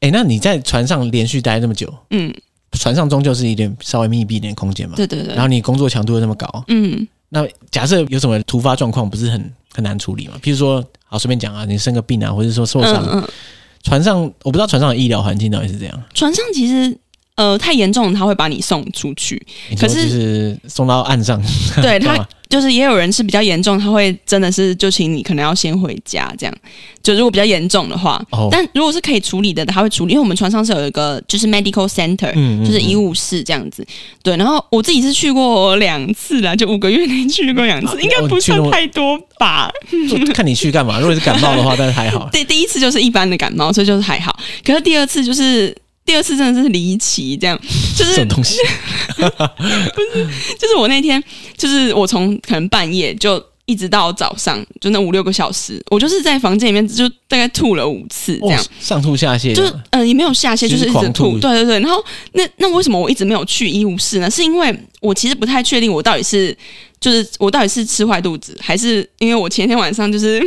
哎，那你在船上连续待那么久，
嗯，
船上终究是一点稍微密闭一点的空间嘛。
对对对
然，后你工作强度又那么高，
嗯
那假设有什么突发状况，不是很很难处理嘛？譬如说，好随便讲啊，你生个病啊，或者说受
嗯
伤，
嗯，
船上我不知道船上的医疗环境到底是怎样。
船上其实呃太严重，他会把你送出去。
你说
可是
就是送到岸上，
对
干
他
嘛
就是也有人是比较严重，他会真的是就请你可能要先回家这样。就如果比较严重的话，
哦
但如果是可以处理的，他会处理，因为我们船上是有一个就是 medical center，、
嗯嗯
就是医务室这样子。对，然后我自己是去过两次啦，就五个月内去过 两次，应该不算太多吧。
就 看哦你去干嘛。如果是感冒的话，但是还好。
对，第一次就是一般的感冒，所以就是还好。可是第二次就是。第二次真的是离奇，这样就
这
是
种东西，
就是我那天就是我从可能半夜就。一一直到早上，就那五六个小时，我就是在房间里面就大概吐了五次这样。
哦上吐下泻，
就是嗯、呃也没有下泻，
就
就是是一直
狂吐
吐。对对对，然后那那为什么我一直没有去医务室呢？是因为我其实不太确定我到底是就是我到底是吃坏肚子，还是因为我前天晚上就是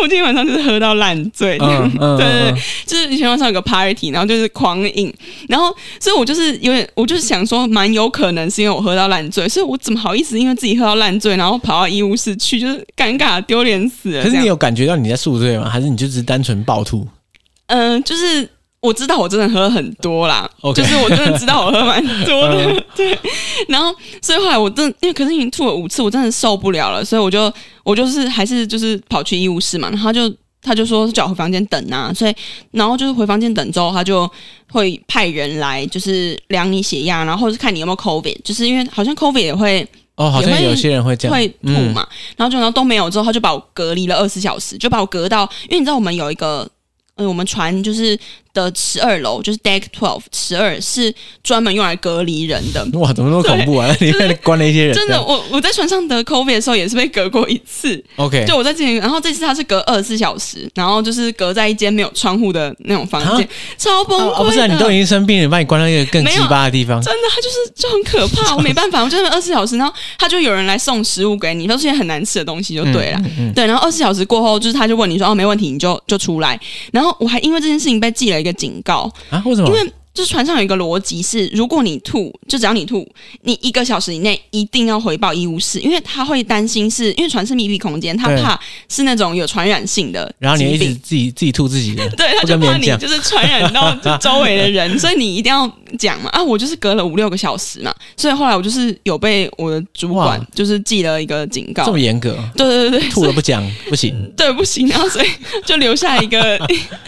我今天晚上就是喝到烂醉。
嗯嗯，
对对
嗯
对，就是前晚上有个 party，然后就是狂饮，然后所以我就是有点，我就是想说，蛮有可能是因为我喝到烂醉，所以我怎么好意思因为自己喝到烂醉，然后跑到医务室去，就是尴尬丢脸死了。
可
这
是
样。
你有感觉到你在宿醉吗？还是你就只是单纯暴吐？
嗯、就是我知道我真的喝很多啦
OK
就是我真的知道我喝蛮多的，
嗯
对。然后，所以后来我真的，因为可是已经吐了五次，我真的受不了了，所以我就我就是还是就是跑去医务室嘛，然后他就他就说叫我回房间等啊，所以然后就是回房间等之后，他就会派人来就是量你血压，然后或是看你有没有 COVID，就是因为好像 COVID 也会
哦，好
也
像
会
有些人会这样，嗯
会吐嘛，然后就然后都没有之后，他就把我隔离了二十小时，就把我隔到，因为你知道我们有一个，嗯、我们船就是的十二楼，就是 deck twelve 十二是专门用来隔离人的。
嗯。 哇，怎么那么恐怖啊？里面关了一些人，
真的，我我在船上得 COVID 的时候也是被隔过一次，
OK，
就我在之前，然后这次他是隔二十四小时，然后就是隔在一间没有窗户的那种房间
啊，
超崩
哦
溃的。
哦不是啊，你都已经生病了，把你关到一个更
没
鸡
有
巴的地方，
真的，他就是就很可怕，我没办法，我就在那二十四小时，然后他就有人来送食物给你，都是些很难吃的东西，就
嗯
对了。对，然后二十四小时过后，就是他就问你说哦没问题，你就就出来。然后我还因为这件事情被记了一个警告，
啊？为什么
因？为就是船上有一个逻辑是，如果你吐，就只要你吐，你一个小时以内一定要回报医务室，因为他会担心是因为船是密闭空间，他
对
怕是那种有传染性的
然后你
疾
一
病
直自己自己吐自己的，
对，他
不
就
跟别
怕
人
你
讲
就是传染到周围的人，所以你一定要讲嘛。啊，我就是隔了五六个小时嘛，所以后来我就是有被我的主管
哇
就是记了一个警告
这。么严格，
对对对对，
吐
所
了
以
不讲不行。
对不行，然后所以就留下一 个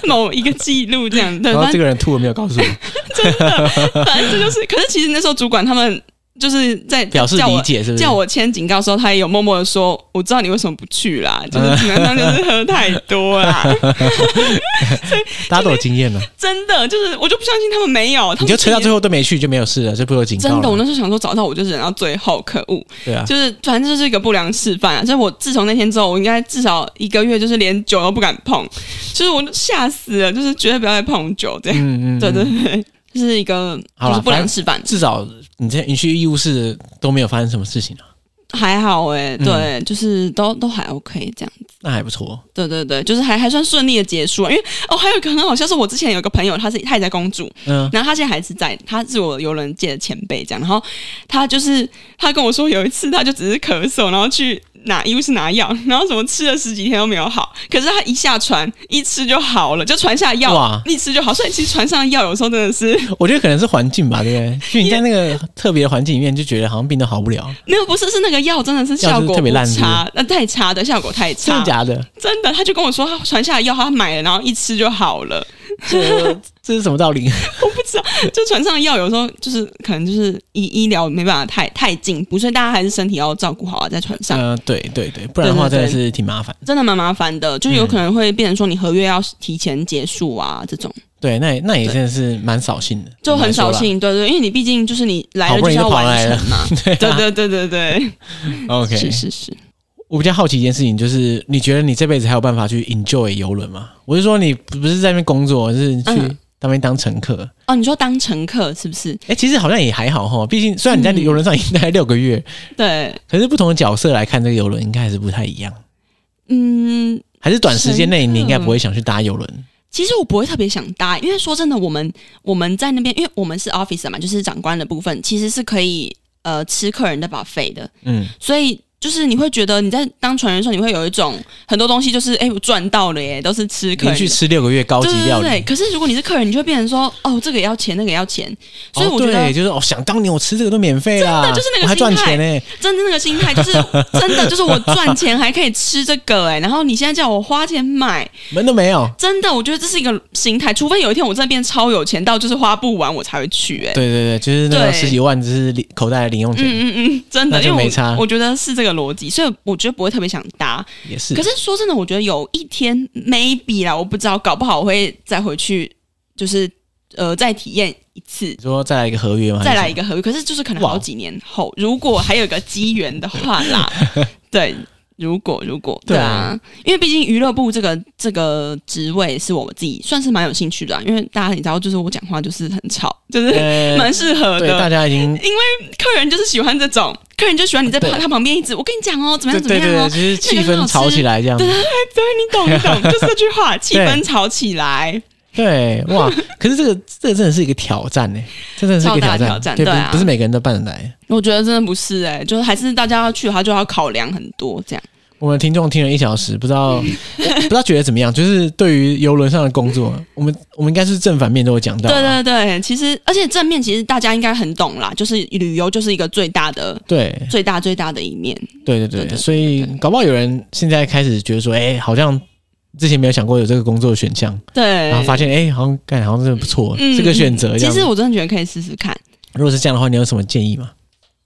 某一个记录这样。对，
然后
反
这
正
个人吐了没有 告诉我，
反正这就是，可是其实那时候主管他们就是在
表示
叫我
理解是不是？
叫我签警告的时候，他也有默默的说：“我知道你为什么不去 啦，就是基本上就是喝太多啦。”
大家都有经验了，
真的就是，我就不相信他们没有，他们
你就吹到
自己
最后都没去就没有事了，这不有警告
真的，我
了？
那时候想说找到我就忍到最后，可恶！
对啊，
就是反正就是一个不良示范啊！所以我自从那天之后，我应该至少一个月就是连酒都不敢碰，就是我吓死了，就是绝对不要再碰酒这样。
嗯嗯，嗯
对对对，就是一个
好啦
就是不良示范，
至少你在你去医务室都没有发生什么事情啊，
还好哎、
嗯
对，就是都都还 OK 这样。
那还不错。
对对对，就是还还算顺利的结束、啊，因为哦，还有一个很好笑，是我之前有一个朋友，他是他也在公主，
嗯，
然后他现在还是在，他是我游轮界的前辈这样。然后他就是他跟我说，有一次他就只是咳嗽，然后去拿医务室拿药，然后什么吃了十几天都没有好，可是他一下船一吃就好了，就船下药
哇
一吃就好。所以其实船上的药有时候真的是
我觉得可能是环境吧，对不对？就你在那个特别的环境里面，就觉得好像病都好不了，
没有，不是是那个药真的是效
药是
果
特别
不
烂是不是
差，那、太差的效果太
真
差，
的 假的？
真的。他就跟我说，他船下的药他买了，然后一吃就好 了。
这这是什么道理？
就船上的药有时候就是可能就是医医疗没办法太太进步，所以大家还是身体要照顾好啊，在船上。
呃，对对对，不然的话
对
真
对
的
对
是挺麻烦。
真的蛮麻烦的，就是有可能会变成说你合约要提前结束啊，这种
对，那也那也
对
真的是蛮扫兴的，
就很
扫
扫。兴，对对，因为你毕竟就是你来
好
了
不
就是
容易
要
就跑
完
来了
成嘛，
对
对
啊
对对对对，
，OK。
是是是，
我比较好奇一件事情，就是你觉得你这辈子还有办法去 enjoy 游轮吗？我是说，你不不是在那边工作，是去
嗯
那边当乘客。
哦，你说当乘客是不是？
哎、其实好像也还好哈，毕竟虽然你在
嗯
游轮上已经待六个月，
对，
可是不同的角色来看这个游轮，应该还是不太一样。
嗯，
还是短时间内
乘客
你应该不会想去搭游轮，
其实我不会特别想搭，因为说真的，我们我们在那边，因为我们是 officer 嘛，就是长官的部分，其实是可以呃吃客人的 buffet 的，
嗯，
所以就是你会觉得你在当船员的时候，你会有一种很多东西就是哎、我赚到了耶，都是吃客
连
人
续
的
吃六个月高级
对对
料
对
理，
对，可是如果你是客人，你就会变成说，哦，这个也要钱，那个也要钱，所以我觉得、
哦、对，就是哦，想当年我吃这个都免费啦，
真的就是那个
我还赚
心态
钱呢、
真的那个心态就是真的就是我赚钱还可以吃这个哎、然后你现在叫我花钱买，
门都没有。
真的我觉得这是一个心态，除非有一天我真的变超有钱到就是花不完我才会去哎、
对对对，就是那个
对
十几万，就是零口袋的零用钱、
嗯嗯嗯，真
那
的，
就
因为
没差
我我觉得是这个逻辑，所以我觉得不会特别想搭。
也是。
可是说真的，我觉得有一天 maybe 啦，我不知道，搞不好我会再回去，就是呃再体验一次
你说再来一个合约吗？
再来一
个，
个合约，可是就是可能
哇
好几年后，如果还有一个机缘的话啦，对，如果如果
对
对啊，因为毕竟娱乐部这个这个职位是我自己算是蛮有兴趣的、啊，因为大家你知道，就是我讲话就是很吵，就是
呃
蛮适合
对，大
的。
家已经
客人就是喜欢这种，客人就喜欢你在
啊对
他旁边一直我跟你讲哦，怎么
对
样怎么
对
样
对，
哦
就，是气
那个很
氛
好
吵
吃
起来这样子。
对你懂你 懂，就是这句话，气
对
氛吵起来。
对，哇！可是这个这个真的是一个挑战呢、这真的是一个
超大
挑
挑
战，
战
对，不
对
是
啊
不是每个人都办得来。
我觉得真的不是哎、就是还是大家要去的话，就要考量很多这样。
我们听众听了一小时，不 知道不知道觉得怎么样？就是对于游轮上的工作，我们我们应该是正反面都有讲到啊
对
吧，
对对，其实而且正面其实大家应该很懂啦，就是旅游就是一个最大的、
对
最大、最大的一面。
对对
对
对
对
所以搞不好有人现在开始觉得说，哎、好像之前没有想过有这个工作的选项，
对，
然后发现哎、好像干好像真的不错，
嗯
这个选择
嗯
这
其
样。
实我真的觉得可以试试看。
如果是这样的话，你有什么建议吗？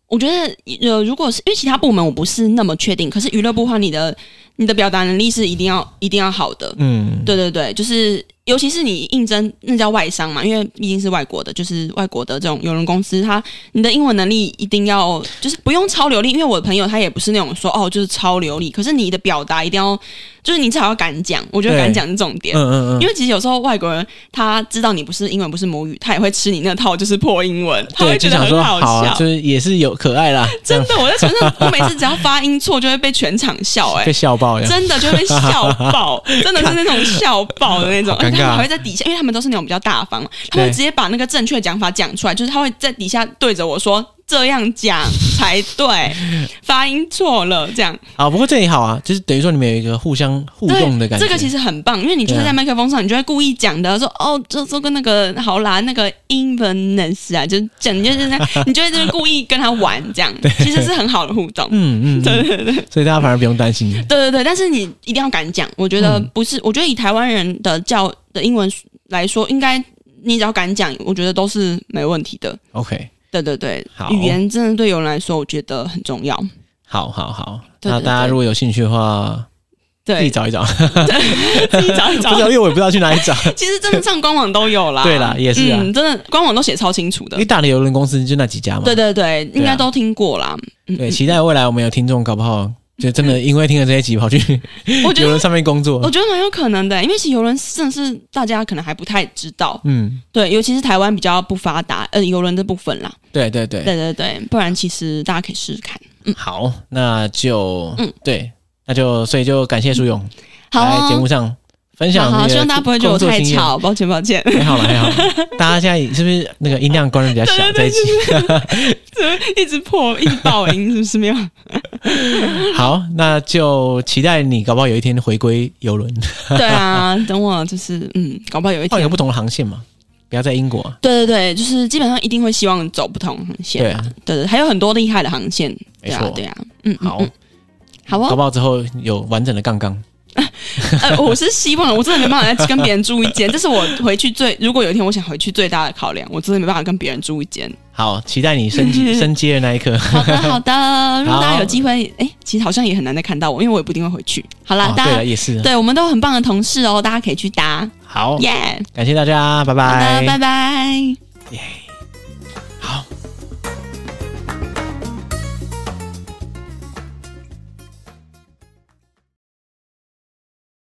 我觉得呃，如果是因为其他部门我不是那么确定，可是娱乐部的话，你的你的表达能力是一定要一定要好的。
嗯，
对对对，就是尤其是你应征那叫外商嘛，因为毕竟是外国的，就是外国的这种邮轮公司，它你的英文能力一定要就是不用超流利，因为我的朋友他也不是那种说哦就是超流利，可是你的表达一定要就是你至少要敢讲，我觉得
对
敢讲是重点。
嗯嗯嗯，
因为其实有时候外国人他知道你不是英文不是母语，他也会吃你那套就是破英文，他
对，
会
就
觉得
想说
很
好
笑。
啊，就是也是有可爱啦，这
真
样
的，我在船上，我每次只要发音错就会被全场 笑、哎
被，笑爆这样。
真的就被笑 爆，真的是那种笑爆的那种，
好
而
尴
且他
尬
们还会在底下，因为他们都是那种比较大方嘛，他们会
对
直接把那个正确讲法讲出来，就是他会在底下对着我说这样讲才对，发音错了这样。
啊，不过这也好啊，就是等于说你们有一个互相互动的感觉。
这个其
实
实很棒，因为你就是
对
在
啊
麦克风上，你就会故意讲的说哦，这这跟那个好啦，那个 i n v e n e s 啊，就是讲就是那，你就会就是故意跟他玩这 样，其实是很好的互动。
嗯嗯，对对对，所以大家反而不用担心。
对对对，但是你一定要敢讲。我觉
嗯
得不是，我觉得以台湾人的教的英文来说，应该你只要敢讲，我觉得都是没问题的。
OK，
对对对
好，
语言真的对有人来说，我觉得很重 要。
好好好，
对
那
对
大家
对
如果有兴趣的话，自己
对，
找一 找，
自己找一
不知 道
找。
因为我也不知道去哪里找。
其实真的上官网都有啦。
对啦也是啊
嗯，真的官网都写超清楚
因
的
为。大的邮轮公司就那几家嘛。
对对对，应
对啊
该都听过啦。嗯
对，期待未来我们有听众，搞不好就真的因为听了这些集跑去
我觉得
邮轮上面工作
我。觉得蛮有可能的，因为其实游轮真的是大家可能还不太知道，
嗯，
对，尤其是台湾比较不发达，呃，游轮这部分啦。
对对对，
对对对，不然其实大家可以试试看。
好，那就
嗯
对，那就所以就感谢苏勇
好
来
哦、
节目上分享
好
你
好，
的
希望大家不会觉得我
工作
太
经验。
吵，抱歉抱 歉，
还好啦， 还好啦。大家现在是不是那个音量关的比较小？在一起。
一直破一直爆音是不是没 有？
好，那就期待你搞不好有一天回归游 轮，
对啊，等我就是嗯，搞不好有一
换一个
天。
不同的航线嘛，不要在英国。
对对对，就是基本上一定会希望走不同航线啊，对对，还有很多厉害的航线，对
没
啊
错
对啊，嗯，嗯
好，
嗯好
搞
哦，
不好之后有完整的杠杠。
呃，我是希望我真的没办法再跟别人住一间，这是我回去最如果有一天我想回去最大的考量，我真的没办法跟别人住一 间。
好，期待你 升级升阶的那一刻。
好的，好的。如果大家有机会，哎、其实好像也很难再看到我，因为我也不一定会回去。好啦，
哦
大
对
家
了，也是。
对我们都很棒的同事哦，大家可以去搭，
好，
耶、
感谢大家，拜
好
拜
的，。拜拜。